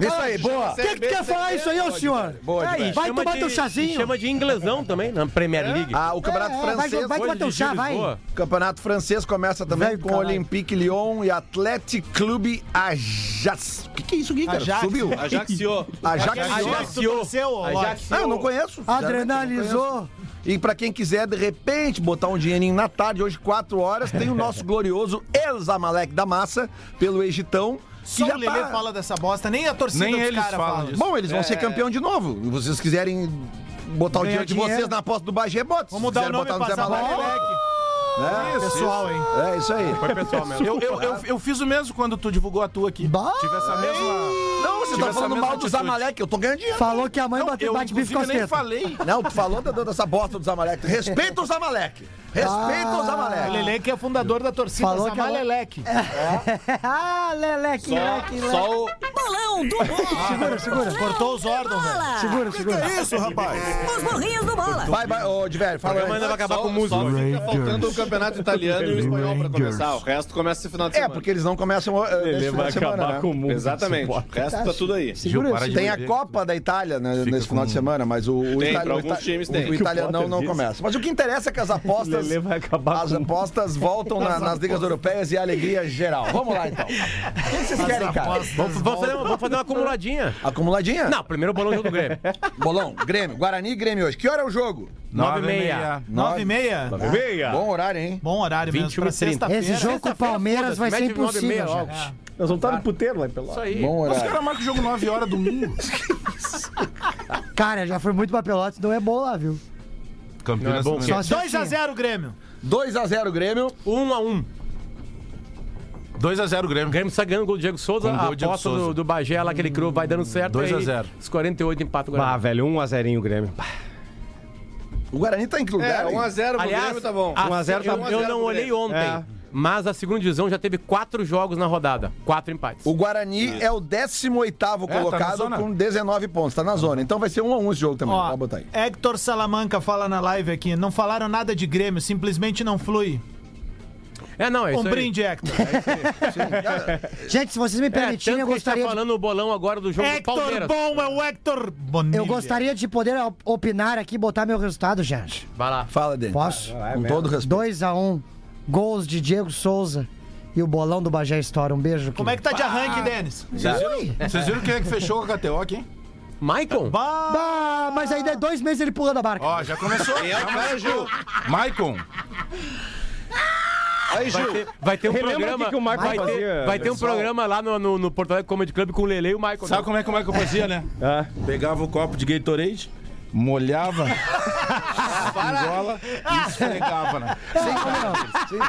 S2: Isso aí, boa.
S5: O que, que tu quer falar isso aí, ô senhor?
S2: Boa,
S7: É,
S2: Edberto.
S7: e
S5: Vai
S7: chama
S5: tomar
S7: de-
S5: teu chazinho.
S7: e Chama de inglesão também, na Premier League.
S2: Ah, o campeonato
S5: É, é, vai,
S2: francês.
S5: vai tomar teu chá, vai.
S2: O campeonato francês começa também
S5: Velho do
S2: com o
S5: caralho.
S2: Olympique Lyon e Atlético Clube Ajax. O que, que é isso aqui, cara?
S4: Ajax.
S2: Subiu.
S8: Ajaxiou.
S2: Ajax.
S4: Ajax.
S2: Ajax.
S4: Tu torceu, ô, Lorde?
S2: Ah, eu não conheço.
S5: é
S2: Sinceramente, eu não
S5: Adrenalizou.
S2: conheço. E pra quem quiser, de repente, botar um dinheirinho na tarde, hoje, 4 horas, tem o nosso glorioso El Zamalek da Massa, pelo Egitão. que
S4: Só
S2: já
S4: o Lelê
S2: tá-
S4: fala dessa bosta, nem a torcida
S6: Nem
S4: dos
S6: eles
S4: caras
S6: falam
S4: fala.
S6: disso.
S2: Bom, eles vão ser campeão de novo. Se vocês quiserem botar o
S4: Ganhar
S2: dinheiro de
S4: dinheiro.
S2: vocês na aposta do Bagé, bota. Se
S4: Vamos mudar o
S2: quiserem
S4: nome e
S2: botar no Zé
S4: passar
S2: Malek,
S4: pra
S2: né?
S4: pessoal, hein?
S2: É isso aí.
S7: Foi pessoal mesmo.
S6: Eu, eu, eu, eu fiz o mesmo quando tu divulgou a tua aqui.
S5: Bah!
S6: Tive essa mesma.
S2: Não, você
S6: Tive
S2: tá
S6: essa
S2: falando
S6: mesma
S2: mal do
S6: atitude.
S2: Zamalek, eu tô ganhando dinheiro.
S5: Falou que a mãe
S6: Não,
S5: bateu
S6: Então, eu
S5: bate bife com
S6: inclusive
S5: as
S6: nem
S5: tetas.
S6: falei.
S2: Não, tu falou da, dessa bosta do Zamalek. Respeita o Zamalek. Respeita o
S4: O
S2: Zamalek.
S4: Lelê que é fundador da torcida
S5: Falou que ela-
S4: Zamalelec.
S5: ah, Leleque, Leleque, Leleque.
S8: Só o.
S3: Bolão do Bola.
S5: Segura, segura.
S4: Cortou os órgãos,
S3: Bola. é
S5: Segura, segura.
S14: Isso, rapaz!
S3: Os burrinhos do Bola.
S2: Vai, vai, ô, Diver, fala aí.
S7: ainda vai acabar
S8: só-
S7: com música.
S8: Só fica faltando o campeonato italiano e o espanhol pra começar. O resto começa esse final de
S2: É,
S8: semana.
S2: porque eles não começam uh, nesse final de semana, né?
S15: o mundo.
S8: Exatamente. O resto tá tudo aí.
S5: Segura
S6: Gil, para de-
S5: isso.
S2: Tem a Copa da Itália né,
S6: Fica
S2: nesse final de
S6: com-
S2: semana, mas o, o,
S8: Tem,
S2: itali-
S8: pra
S2: o
S8: alguns
S2: ita-
S8: times
S2: o-
S8: tem.
S2: o italianão não começa. Mas o que interessa é que as apostas.
S15: Lelê vai acabar
S2: As
S15: com-
S2: apostas voltam na- nas ligas europeias e a alegria é geral. Vamos lá então. O que vocês querem, cara?
S7: Vamos, vamos fazer uma, vamos fazer uma acumuladinha.
S2: Acumuladinha?
S7: Não, primeiro o bolão do Grêmio.
S2: Bolão, Grêmio, Guarani e Grêmio hoje. Que hora é o jogo?
S6: Nove e
S7: Nove e meia.
S6: meia.
S4: 9 e meia? é
S2: Bom horário, hein?
S4: Bom horário mesmo,
S7: 21
S4: pra
S7: e 30.
S4: sexta-feira.
S5: Esse jogo com o Palmeiras vai ser
S7: é Mete nove e meia,
S5: impossível.
S7: ó.
S5: gente.
S15: Nós vamos estar no puteiro lá em Pelotas.
S7: Isso aí.
S2: Bom
S6: Os
S2: horário.
S6: caras marcam o jogo 9 horas domingo.
S5: Cara, já foi muito pra Pelotas, não é bom lá, viu?
S6: Campinas
S7: bom,
S6: também.
S5: Só
S7: quê?
S5: se assim.
S4: 2x0 Grêmio.
S2: 2x0 Grêmio.
S7: Um a um.
S6: 2x0 Grêmio.
S7: O Grêmio está ganhando o gol do Diego Souza.
S6: Com
S7: a
S6: gol do Diego
S7: aposta
S6: Souza.
S7: do, do Bagé lá que ele criou vai dando certo.
S6: Dois a
S7: aí
S6: zero.
S7: Os 48 empata o
S15: Ah,
S7: Guarani.
S15: velho, 1x0 o Grêmio.
S2: O Guarani tá em que
S8: É,
S2: lugar? hein?
S8: 1x0 pro Grêmio tá bom.
S7: Um
S8: Um
S7: a-
S15: 1 a 0 tá
S7: eu,
S15: bom.
S7: eu não olhei ontem,
S15: É.
S7: mas a segunda divisão já teve quatro jogos na rodada. Quatro empates.
S2: O Guarani é o 18
S6: É, tá na
S2: colocado
S6: zona.
S2: com 19 pontos. Tá na zona. Então vai ser 1 a 1 esse jogo também.
S4: Ó,
S2: Pode botar aí.
S4: Hector Salamanca fala na live aqui. Não falaram nada de Grêmio, simplesmente não flui.
S7: É, não, é isso
S4: Um
S7: aí.
S4: brinde, Hector.
S5: Gente, se vocês me
S7: É, tanto que
S5: permitirem, eu
S7: a gente tá
S5: gostaria.
S7: falando o bolão agora do jogo do
S4: Hector
S7: Palmeiras.
S4: bom é o Hector Bonilha.
S5: Eu gostaria de poder op- opinar aqui e botar meu resultado, gente.
S7: Vai lá.
S2: Fala dele.
S5: Posso?
S2: Com todo respeito.
S5: 2x1. Gols de Diego Souza e o bolão do Bagé estoura. Um beijo.
S4: Como é que tá de arranque, Denis?
S6: Vocês viram, vocês viram quem é que fechou com a KTO aqui, hein?
S7: Maicon?
S4: Bah,
S5: Bah, mas aí dá dois meses ele pulando a barca.
S6: Ó, já começou.
S8: Quem é o cara, Gil?
S6: Maicon.
S8: Aí, Gil.
S7: Vai ter um
S15: Relembra
S7: programa.
S15: o que que o Maicon
S7: vai, ter,
S15: fazia,
S7: vai ter um
S15: pessoal?
S7: programa lá no, no, no Porto Alegre Comedy Club com o Lele e o Maicon.
S6: Sabe como é que o Maicon fazia, né?
S15: Ah.
S6: Pegava o copo de Gatorade, molhava, engola e esfregava, né?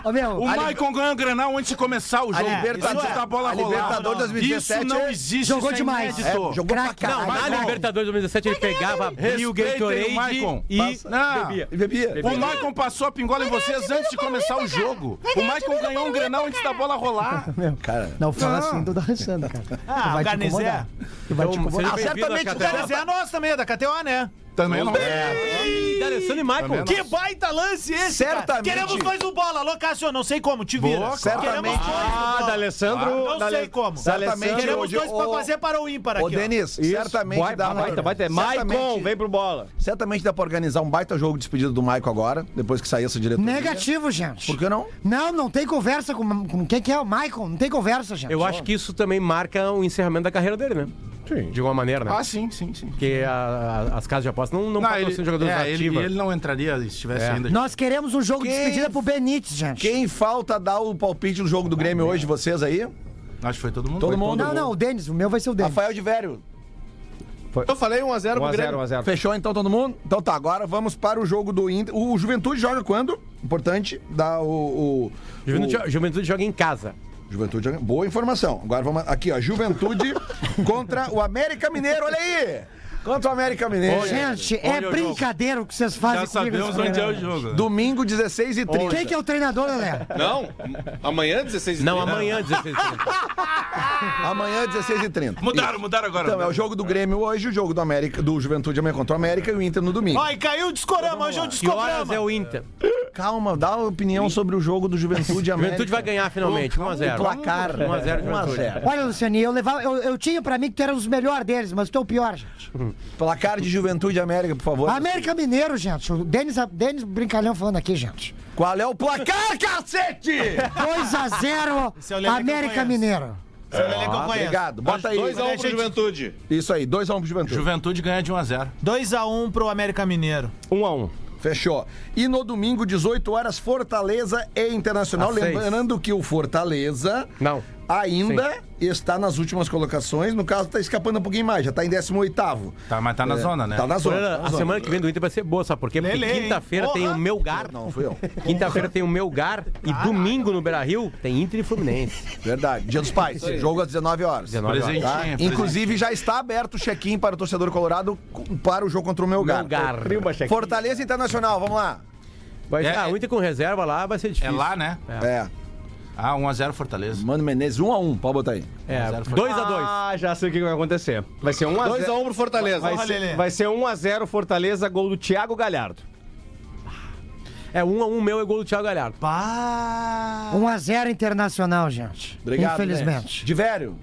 S5: Ô, meu,
S6: O Maicon ganha o Grenal antes de começar o jogo.
S2: Libertadores-
S6: Isso é a bola
S2: a
S6: rolar.
S2: Libertadores 2017
S6: Isso não
S2: é-
S6: existe.
S5: Jogou
S6: isso é
S5: demais.
S6: inédito.
S2: É, jogou pra
S5: Craque.
S7: Não,
S2: caralho.
S7: na Libertadores 2017 ele pegava, abria o
S6: Respeitem o
S7: Gatorade
S6: Maicon.
S7: e
S6: Passa. Não.
S7: bebia.
S2: E bebia.
S6: O Maicon passou a pingola em vocês antes de começar o jogo. O Maicon ganhou um Grenal antes da bola rolar.
S2: Cara.
S5: Não fala assim do Alessandro, cara. Tu
S4: ah,
S5: vai
S4: o
S5: te
S4: Garnizé.
S5: incomodar. Tu vai te
S7: Então,
S4: Ah,
S5: incomodar.
S7: seja bem-vindo
S2: certamente
S7: à
S2: o
S7: Catedral.
S4: Garnizé é nosso também, é da KTO, né?
S6: Também não é.
S7: Ih, D'Alessandro e Maicon.
S4: Que baita lance esse,
S2: Certamente.
S4: cara. Queremos mais um bola. Alô, Cássio, não sei como, te vira.
S6: Boa,
S4: Queremos
S2: certamente.
S4: dois do
S15: Ah,
S4: bola.
S15: D'Alessandro.
S4: Não sei como.
S2: Certamente
S4: Queremos
S2: hoje,
S4: dois pra
S2: ô-
S4: fazer para o ímpar aqui.
S2: Ô,
S4: ó.
S2: Denis, certamente
S15: Vai,
S2: dá
S15: baita, baita.
S2: certamente-
S15: Maicon, vem pro bola.
S2: Certamente dá pra organizar um baita jogo de despedida do Maico agora, depois que sair essa diretoria.
S5: Negativo, gente.
S2: Por que não?
S5: Não, não tem conversa com, com quem que é o Michael. Não tem conversa, gente.
S7: Eu acho que isso também marca o encerramento da carreira dele, né? Sim. De alguma maneira, né?
S6: Ah, sim, sim, sim.
S7: Porque a- a- as casas de apostas não, não,
S6: Não,
S7: patrocinam
S6: ele,
S7: jogadores
S6: é, ele,
S7: ativos.
S6: ele não entraria se estivesse ainda.
S5: Nós queremos um jogo de despedida pro Benítez, gente.
S2: Quem falta dar o palpite do jogo do Grêmio hoje, vocês aí?
S6: Acho que foi todo mundo.
S2: Todo
S6: Foi
S2: mundo.
S5: Não, não, o Denis. O meu vai ser o Denis.
S2: Rafael de Vério.
S8: Eu falei 1x0 pro
S15: 1x0,
S8: Grêmio.
S15: 1x0.
S2: Fechou então todo mundo? Então tá, agora vamos para o jogo do Inter. O Juventude joga quando? Importante, dá o. o
S7: Juventude, Juventude joga em casa.
S2: o- Juventude joga. Boa informação. Agora vamos. Aqui, ó. Juventude contra o América Mineiro, olha aí! Contra o América Mineiro.
S5: Gente, é
S6: olha o
S5: brincadeira o que vocês fazem
S6: Já
S5: comigo.
S6: sabemos
S5: nesse
S6: onde é o
S5: programa.
S6: jogo. né?
S2: Domingo, 16 h 30
S5: Quem que é o treinador, Lelé?
S8: Não, amanhã 16
S7: Não,
S6: um
S7: amanhã, 16 de
S2: Amanhã, 16 h 30
S6: Mudaram, mudaram agora.
S2: Então, é o jogo do Grêmio hoje, o jogo do América, do Juventude amanhã contra o América e o Inter no domingo.
S4: Ó, e caiu o discorama, hoje é um
S7: Que horas
S4: discorama.
S7: é o Inter?
S2: Calma, dá a opinião sobre o jogo do Juventude e América.
S7: Juventude vai ganhar finalmente, 1 a 0.
S2: O placar.
S7: 1 a 0
S2: 1 a
S7: Juventude.
S2: 0.
S5: Olha, Luciani, eu, levava, eu, eu tinha pra mim que tu era os melhores deles, mas tu é o pior, gente.
S2: Placar de Juventude e América, por favor.
S5: América Mineiro, gente. O Denis, Denis Brincalhão falando aqui, gente.
S2: Qual é o placar, cacete?
S5: 2x0
S4: é o Lelê que eu
S5: América
S4: conheço.
S5: Mineiro.
S4: Seu é Lelê que eu
S2: Ah,
S4: conheço. um
S2: Obrigado. Bota aí.
S8: 2x1 pro
S4: Gente,
S8: Juventude.
S2: Isso aí, 2x1 pro Juventude.
S6: Juventude ganha de 1x0.
S4: 2x1 pro América Mineiro.
S7: 1 a 1.
S2: Fechou. E no domingo, 18 horas, Fortaleza e Internacional.
S7: Às seis.
S2: Lembrando que o Fortaleza
S7: Não.
S2: ainda está nas últimas colocações. No caso, está escapando um pouquinho mais, já está em 18.
S6: Tá, mas tá na
S2: É,
S6: zona, né?
S2: Tá na zona. tá na
S7: A
S2: zona.
S7: semana que vem do Inter vai ser boa, sabe por quê? Porque
S4: Lele, hein?
S7: quinta-feira tem o
S4: Porra.
S7: meu gar.
S2: Não, fui eu.
S7: Quinta-feira tem o meu gar. E domingo no Beira Rio tem Inter e Fluminense.
S2: Verdade. Dia dos Pais. Jogo às 19 horas.
S7: 19 horas.
S6: Presentinho,
S2: Tá?
S6: presente.
S2: Inclusive, já está aberto o check-in para o torcedor colorado com- para o jogo contra o Melgar.
S7: Melgar.
S2: Fortaleza e Internacional, vamos lá.
S7: Vai
S6: É,
S7: ah, o
S6: é-
S7: Inter com reserva lá vai ser
S6: É
S7: difícil.
S6: lá, né?
S2: É.
S6: Ah, 1x0 Fortaleza.
S2: Mano Menezes, 1 um a 1 um, pode botar aí.
S7: É,
S6: 1 a 0 Fortaleza.
S7: 2 a 2.
S16: Ah, já sei o que vai acontecer. Vai ser 1 a 0.
S8: 2x1 pro Fortaleza.
S16: Vai
S4: Porra, Lelê.
S16: ser, vai ser 1 a 0 Fortaleza, gol do Thiago Galhardo.
S7: É 1 a 1 meu e gol do Thiago Galhardo.
S4: Pá!
S5: 1x0 Internacional, gente.
S2: Obrigado.
S5: Infelizmente.
S2: Divério.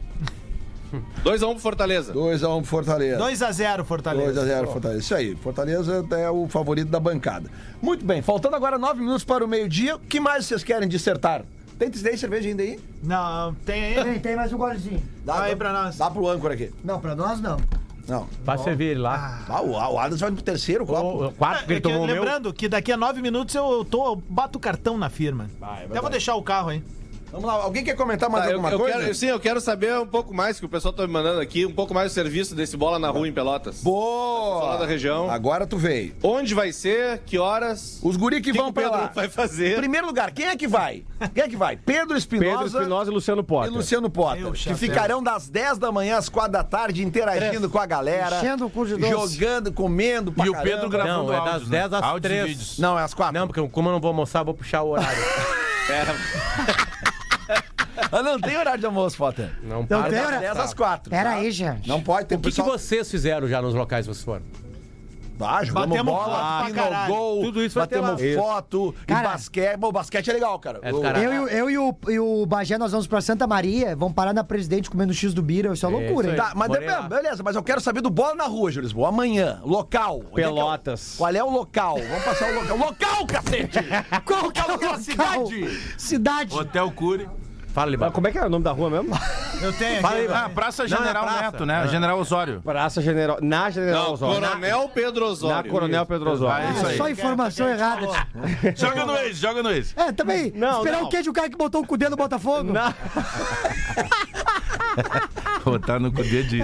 S8: 2x1 pro Fortaleza.
S2: 2 a 1 um pro Fortaleza.
S4: 2x0
S2: 2
S4: Fortaleza.
S2: a 0 Fortaleza. Isso aí, Fortaleza é o favorito da bancada. Muito bem, faltando agora 9 minutos para o meio-dia, o que mais vocês querem dissertar? Tem, tem cerveja ainda aí?
S4: Não, tem aí?
S5: Tem, tem mais um golezinho.
S4: Dá aí pra nós.
S2: Dá pro âncora aqui.
S5: Não, pra nós não.
S2: Não.
S7: Faz servir ele lá.
S2: Ah, o, o Adams vai pro terceiro copo.
S7: O quarto que
S4: É
S7: ele
S4: que,
S7: tomou o meu.
S4: lembrando que daqui a nove minutos eu, tô, eu bato o cartão na firma. Já vou deixar o carro aí.
S2: Vamos lá, alguém quer comentar mais
S8: Tá, eu,
S2: um alguma
S8: eu
S2: coisa?
S8: quero, sim, eu quero saber um pouco mais, que o pessoal tá me mandando aqui, um pouco mais do serviço desse bola na rua em Pelotas.
S2: Boa!
S8: Falar da região.
S2: Agora tu veio.
S8: Onde vai ser? Que horas?
S2: Os guri que
S8: que
S2: vão
S8: o Pedro
S2: pra lá.
S8: vai fazer?
S2: Primeiro lugar, quem é que vai? Quem é que vai? Pedro Espinosa.
S16: Pedro Espinosa e Luciano
S2: E
S16: Potter.
S2: Luciano Potter,
S4: Meu
S2: que
S4: chapéu.
S2: ficarão das 10 da manhã às 4 da tarde interagindo com a galera.
S5: Enchendo o cu de doce.
S2: Jogando, comendo pra
S6: E o Pedro
S2: caramba.
S6: gravando
S7: Não, é das
S6: áudios, né?
S7: 10 às
S6: Áudios e
S7: 3.
S6: vídeos.
S2: Não, é às 4.
S7: Não, porque como eu não vou almoçar, eu vou puxar o horário.
S2: Ah, não tem horário de almoço, Potter.
S7: Não
S5: Não
S7: para.
S5: tem
S2: É das
S5: hora-
S2: 10 às 4.
S5: Pera aí, gente.
S2: Não pode ter
S7: O que, que vocês fizeram já nos locais que vocês foram?
S2: Ah, jogamos
S4: Batemos
S2: bola,
S4: foto pra
S2: final
S4: caralho.
S2: gol,
S7: Tudo isso vai ter
S2: batemos
S7: lá. Isso.
S2: foto, e
S5: Cara-
S2: basquete. Bom, basquete é legal, cara.
S7: É do
S2: O-
S16: Tá,
S7: caralho.
S5: Eu, e o- eu e, o, e o Bagé, nós vamos pra Santa Maria, vamos parar na Presidente comendo X do Bira, isso é loucura, hein?
S7: aí.
S2: Tá, mas
S7: Bora
S2: de-
S7: lá.
S2: beleza, mas eu quero saber do Bola na Rua, Júlio Lisboa. Amanhã, local. Onde é que é o-
S16: Pelotas.
S2: Qual é o local? Vamos passar o local. Local, cacete! Qual que é o local? Cidade!
S5: Cidade.
S6: Hotel Cury.
S7: Fala,
S16: Ah,
S7: Libar.
S16: Como é que é o nome da rua mesmo?
S4: Eu tenho aqui.
S7: Fala aí,
S4: né?
S7: vai.
S6: Ah, Praça
S7: Não, é
S6: General
S7: praça.
S6: Neto, né? General Osório.
S16: Praça General. Na General
S8: Não,
S16: Osório.
S8: Coronel Pedro
S16: Na
S8: Osório.
S16: Coronel Pedro Osório.
S6: Ah, isso
S5: É
S6: aí.
S5: só informação errada.
S6: Joga no ex, joga no ex.
S5: É, também.
S16: Não,
S5: esperar
S16: não.
S5: o quê de um cara que botou o cu dentro no Botafogo?
S16: Não.
S6: Botar tá no cu de de-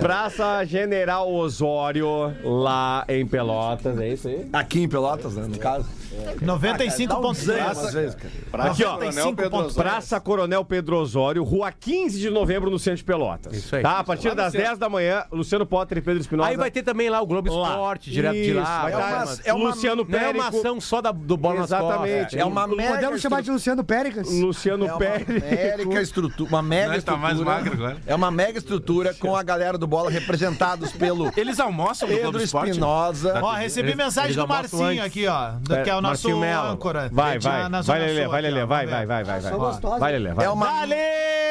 S16: Praça General Osório, lá em Pelotas, é isso aí?
S2: Aqui em Pelotas, né? No caso. Às
S4: 95.3.
S2: vezes, cara.
S8: Aqui, ó.
S4: 95
S8: Coronel Pedro
S4: ponto-
S7: Tá
S8: Osório.
S16: Praça Coronel Pedro Osório, rua 15 de novembro, no centro de Pelotas.
S7: Isso
S5: É
S7: aí.
S16: Tá, a partir das 10 da manhã, Luciano Potter e Pedro Espinosa.
S7: Aí vai ter também lá o Globo
S16: lá.
S7: Esporte, direto de lá.
S16: Isso,
S7: vai
S16: vai
S7: dar
S16: estar
S7: uma-
S2: é uma-
S16: Luciano
S7: Não é
S16: Pérez.
S7: uma ação só da- do bola nas costas.
S16: Exatamente.
S7: É
S2: É uma mega.
S5: Podemos chamar de Luciano Péricles?
S16: Luciano
S2: É uma
S16: Pérez.
S2: mega estrutura, uma mega
S6: Nós tá mais magro
S2: estrutura.
S6: agora.
S2: É uma mega estrutura com a galera do bola representados pelo
S6: Eles almoçam no Globo
S2: Pedro
S6: Esporte?
S2: Espinosa.
S4: Ó, recebi
S7: Eles-
S4: mensagem
S7: eles
S4: do
S7: almoçam
S4: Marcinho
S7: antes.
S4: aqui, ó. do- que é o nosso
S7: Marcinho Mello.
S4: âncora.
S16: Vai,
S4: de-
S16: vai.
S4: na Zona
S16: Vai, Lelê,
S4: Sul
S16: vai,
S4: aqui,
S16: Lelê,
S4: ó.
S16: vai,
S4: Vamos
S16: vai,
S4: ver.
S16: vai, vai.
S5: Sou
S16: vai.
S5: gostosa.
S16: Vai, Lelê, vai.
S2: É uma
S4: Dale!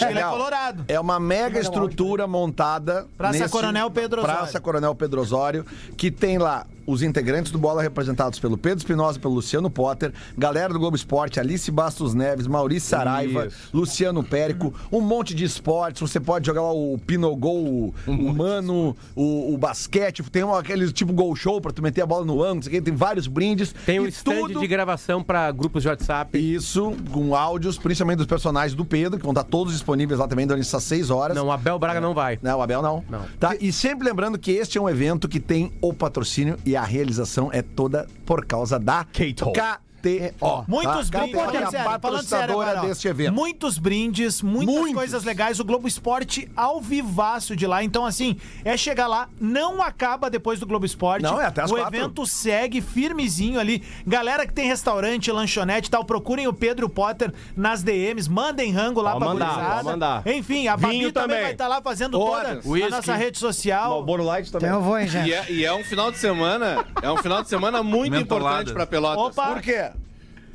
S4: Ele é
S2: Legal.
S4: colorado.
S2: É uma mega estrutura montada.
S4: Praça Coronel Pedro Osório.
S2: Praça Coronel Pedro Osório, que tem lá os integrantes do Bola representados pelo Pedro Espinosa, pelo Luciano Potter, galera do Globo Esporte, Alice Bastos Neves, Maurício Saraiva, Luciano Périco, um monte de esportes. Você pode jogar lá o Pinogol
S4: Um
S2: o humano, o, o basquete, tem um- aquele tipo gol show pra tu meter a bola no ângulo, não sei o quê, tem vários brindes.
S7: Tem um
S2: E
S7: stand
S2: tudo-
S7: de gravação pra grupos de WhatsApp.
S2: isso, com áudios, principalmente dos personagens do Pedro, que vão estar todos disponíveis lá também durante essas seis horas.
S7: Não, Abel Braga não vai.
S2: Não, o Abel não. Tá? E sempre lembrando que este é um evento que tem o patrocínio e a realização é toda por causa da
S16: Cato.
S2: K
S17: KTO.
S4: Muitos
S17: tá?
S4: brindes,
S17: KTO é
S4: falando
S17: a
S4: sério, falando sério
S17: patrocinadora
S4: agora, ó.
S17: deste evento.
S4: Muitos brindes, muitas coisas legais. O Globo Esporte ao vivaço de lá. Então, assim, é chegar lá, não acaba depois do Globo Esporte.
S18: Não, é até às
S4: O
S18: quatro.
S4: evento segue firmezinho ali. Galera que tem restaurante, lanchonete e tal, procurem o Pedro Potter nas DMs, mandem rango lá
S3: Pode
S4: pra
S3: mandar,
S4: gurizada.
S3: pode mandar.
S4: Enfim, a Babi
S3: Vinho
S4: também,
S3: também.
S4: vai estar lá fazendo
S3: Horas.
S4: toda
S3: Whisky.
S4: a nossa rede social.
S3: Marlboro Light
S5: Então
S3: também.
S8: E é, e é um final de semana, é um final de semana muito
S3: Mentolada.
S8: importante pra Pelotas.
S4: Opa.
S8: Por quê?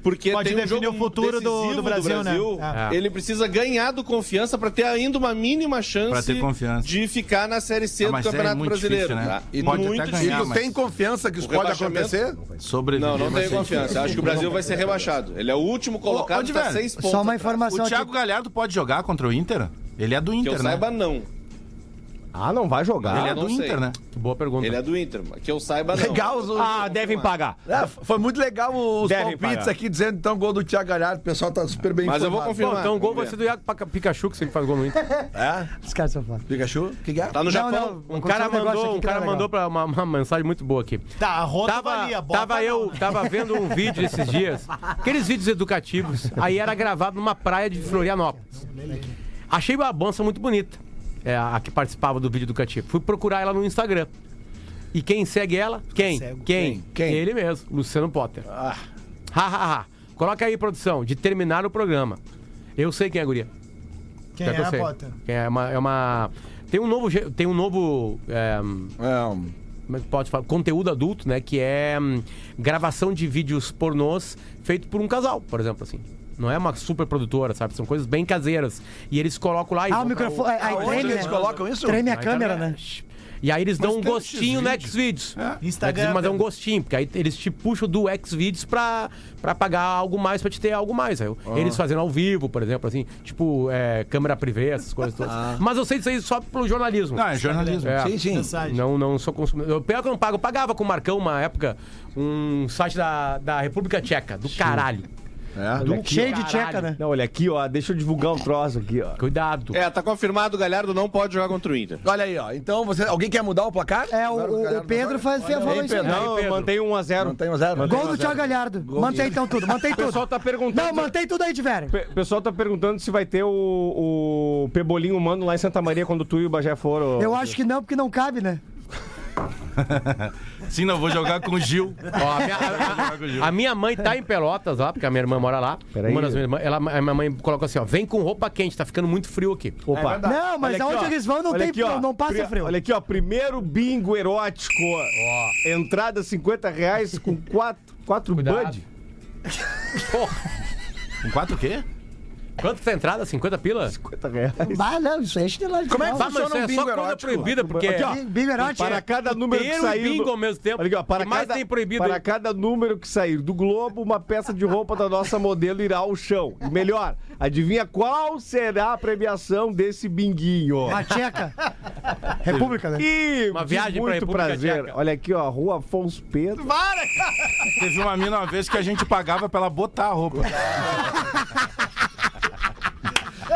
S8: Porque
S4: Pode
S8: tem um
S4: definir
S8: jogo
S4: o futuro do-
S8: decisivo
S4: do Brasil, né? É.
S8: Ele precisa ganhar do confiança pra ter ainda uma mínima
S6: Pra
S8: chance
S6: ter confiança.
S8: de ficar na Série C
S6: Ah,
S8: do
S6: mas é
S8: Campeonato
S6: muito
S8: Brasileiro.
S6: difícil, né?
S8: tá? E
S6: Pode
S8: muito
S6: até ganhar,
S8: difícil.
S6: mas- Tem
S18: confiança que isso
S8: O
S18: pode
S8: rebaixamento-
S18: acontecer?
S6: Sobreviver
S8: Não, não
S6: vai
S8: tenho
S6: ser
S8: confiança.
S6: difícil.
S8: Acho que o Brasil vai ser rebaixado. Ele é o último colocado,
S6: Onde,
S8: tá
S6: velho?
S8: seis pontos. atrás.
S6: O Thiago Galhardo pode jogar contra o Inter? Ele é do Inter,
S8: eu
S6: né?
S8: saiba, não.
S3: Ah, não vai jogar.
S6: Ele é
S8: Não
S6: do
S8: sei.
S6: Inter, né?
S3: Que boa pergunta.
S8: Ele é do Inter, mas que eu saiba, não.
S18: Legal, os-
S3: Ah, devem pagar.
S18: É, foi muito legal os
S3: Devem
S18: palpites
S3: pagar.
S18: aqui dizendo então gol do Thiago Galhardo. O pessoal tá super bem
S7: Mas eu vou
S18: informado.
S7: confirmar. então o gol vai ser do Iago Paca- Pikachu, que sempre faz gol no Inter. Um
S18: É?
S5: Os caras são foda.
S18: Pikachu? O que que é?
S7: Tá no Japão.
S5: aconteceu um
S7: um cara
S5: negócio aqui
S7: mandou, um
S5: que não é
S7: cara
S5: legal.
S7: mandou pra uma, uma mensagem muito boa aqui.
S4: Tá, a roda valia,
S7: Tava,
S4: bota
S7: tava
S4: não,
S7: eu
S4: né?
S7: tava vendo um vídeo esses dias, aqueles vídeos educativos, aí era gravado numa praia de Florianópolis. Achei uma bança muito bonita, é, a que participava do vídeo educativo. Fui procurar ela no Instagram. E quem segue ela? Quem? Quem? Quem? Ele mesmo, Luciano Potter. Ah. Ha, ha, ha. Coloca aí, produção, de terminar o programa. Eu sei quem é a guria.
S4: Quem
S7: Já que eu
S4: é,
S7: sei.
S4: Potter?
S7: Quem é uma, é uma- Tem um novo. ge- Tem um novo. É, Como é que pode falar? Conteúdo adulto, né? Que é hum, gravação de vídeos pornôs feito por um casal, por exemplo, assim. Não é uma super produtora, sabe? São coisas bem caseiras. E eles colocam lá e.
S5: Ah, o
S7: vão pra
S5: microfone. Aí
S18: Aonde
S5: treme,
S18: eles
S5: né?
S18: colocam isso?
S5: Treme a
S4: tá
S7: Na
S5: câmera, né?
S7: internet. E aí eles dão um
S18: tem no
S7: gostinho no Xvideos.
S4: Instagram,
S7: Mas dão um
S4: né?
S7: gostinho, porque aí eles te puxam do Xvideos pra, pra pagar algo mais, pra te ter algo mais. Aí, Eles fazendo ao vivo, por exemplo, assim, tipo é, câmera privê, essas coisas todas. Mas eu sei disso aí só pelo jornalismo.
S6: Não, é jornalismo.
S7: É.
S18: Sim, sim.
S4: Mensagem.
S7: Não, não sou consumidor. Eu, pior que eu não pago. Eu pagava com o Marcão, uma época, um site da, da República Tcheca, do caralho.
S3: Olha aqui,
S5: É? Cheio de
S7: Caralho.
S5: tcheca, né?
S3: Não, olha aqui, ó. Deixa eu divulgar um troço aqui, ó.
S7: Cuidado.
S8: É, tá confirmado, o Galhardo não pode jogar contra o Inter.
S18: Olha aí, ó. Então, você, alguém quer mudar o placar?
S5: É, o, o- o Pedro faz, falou isso.
S7: Tá
S5: aí.
S3: Não, eu mantei 1 a 0
S18: Não tem um zero? Não tem
S5: Gol
S18: um zero.
S5: do Thiago Galhardo. Mantém então tudo, mantém
S3: O pessoal
S5: tudo.
S3: tá perguntando.
S5: Não, mantém tudo aí, tiver.
S3: Pe- O pessoal tá perguntando se vai ter o, o Pebolinho humano lá em Santa Maria quando tu e o Bagé foram.
S5: Eu acho que não, porque não cabe, né?
S6: Sim, não, vou jogar com o Gil.
S7: Ó, a, minha, a- a- a minha mãe tá em Pelotas lá, porque a minha irmã mora lá.
S3: Peraí.
S7: Uma das minhas irmãs, ela, a minha mãe coloca assim, ó, vem com roupa quente, tá ficando muito frio aqui. É,
S3: Opa.
S5: Não, mas aonde eles vão não
S3: Olha
S5: tem
S3: aqui, ó.
S5: não, não passa
S3: Pri-
S5: frio.
S3: Olha aqui, ó. Primeiro bingo erótico. Entrada 50 reais com quatro, quatro
S7: Cuidado.
S3: bud.
S6: Com quatro o quê?
S7: Quanto tá a entrada? 50 pila?
S3: 50 reais.
S5: Bah, não, isso aí é chinelagem. Como
S7: Tá, mas isso é só coisa proibida, porque...
S3: Aqui, ó.
S5: Bingo é erótico.
S3: Para cada número que
S7: Ter um
S3: sair. do-
S7: bingo ao mesmo tempo.
S3: Olha aqui, ó, para
S7: que mais
S3: cada,
S7: tem proibido
S3: para
S7: aí?
S3: cada número que sair do Globo, uma peça de roupa da nossa modelo irá ao chão. E melhor, adivinha qual será a premiação desse binguinho?
S5: A tcheca. República, né?
S3: Ih,
S7: Uma
S3: de
S7: viagem pra
S3: muito
S7: República
S3: prazer.
S7: Tcheca.
S3: Olha aqui, ó, Rua Afonso Pedro.
S6: Teve uma mina uma vez que a gente pagava pra ela botar a roupa.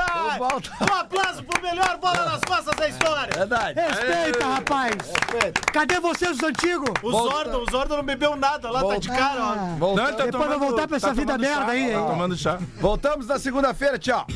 S4: Ah, um aplauso pro melhor bola nas costas da história.
S18: Verdade.
S3: É.
S5: Respeita, rapaz. Cadê vocês, os antigos?
S4: O Zordo, o Zordo não bebeu nada lá, tá de cara, ó.
S18: Volta-
S6: Não, ele tá
S5: Depois vai
S6: tomando-
S5: voltar pra essa vida
S6: tomando
S5: merda
S6: chá,
S5: aí,
S6: Tá
S5: hein?
S6: tomando chá.
S18: Voltamos na segunda-feira, tchau.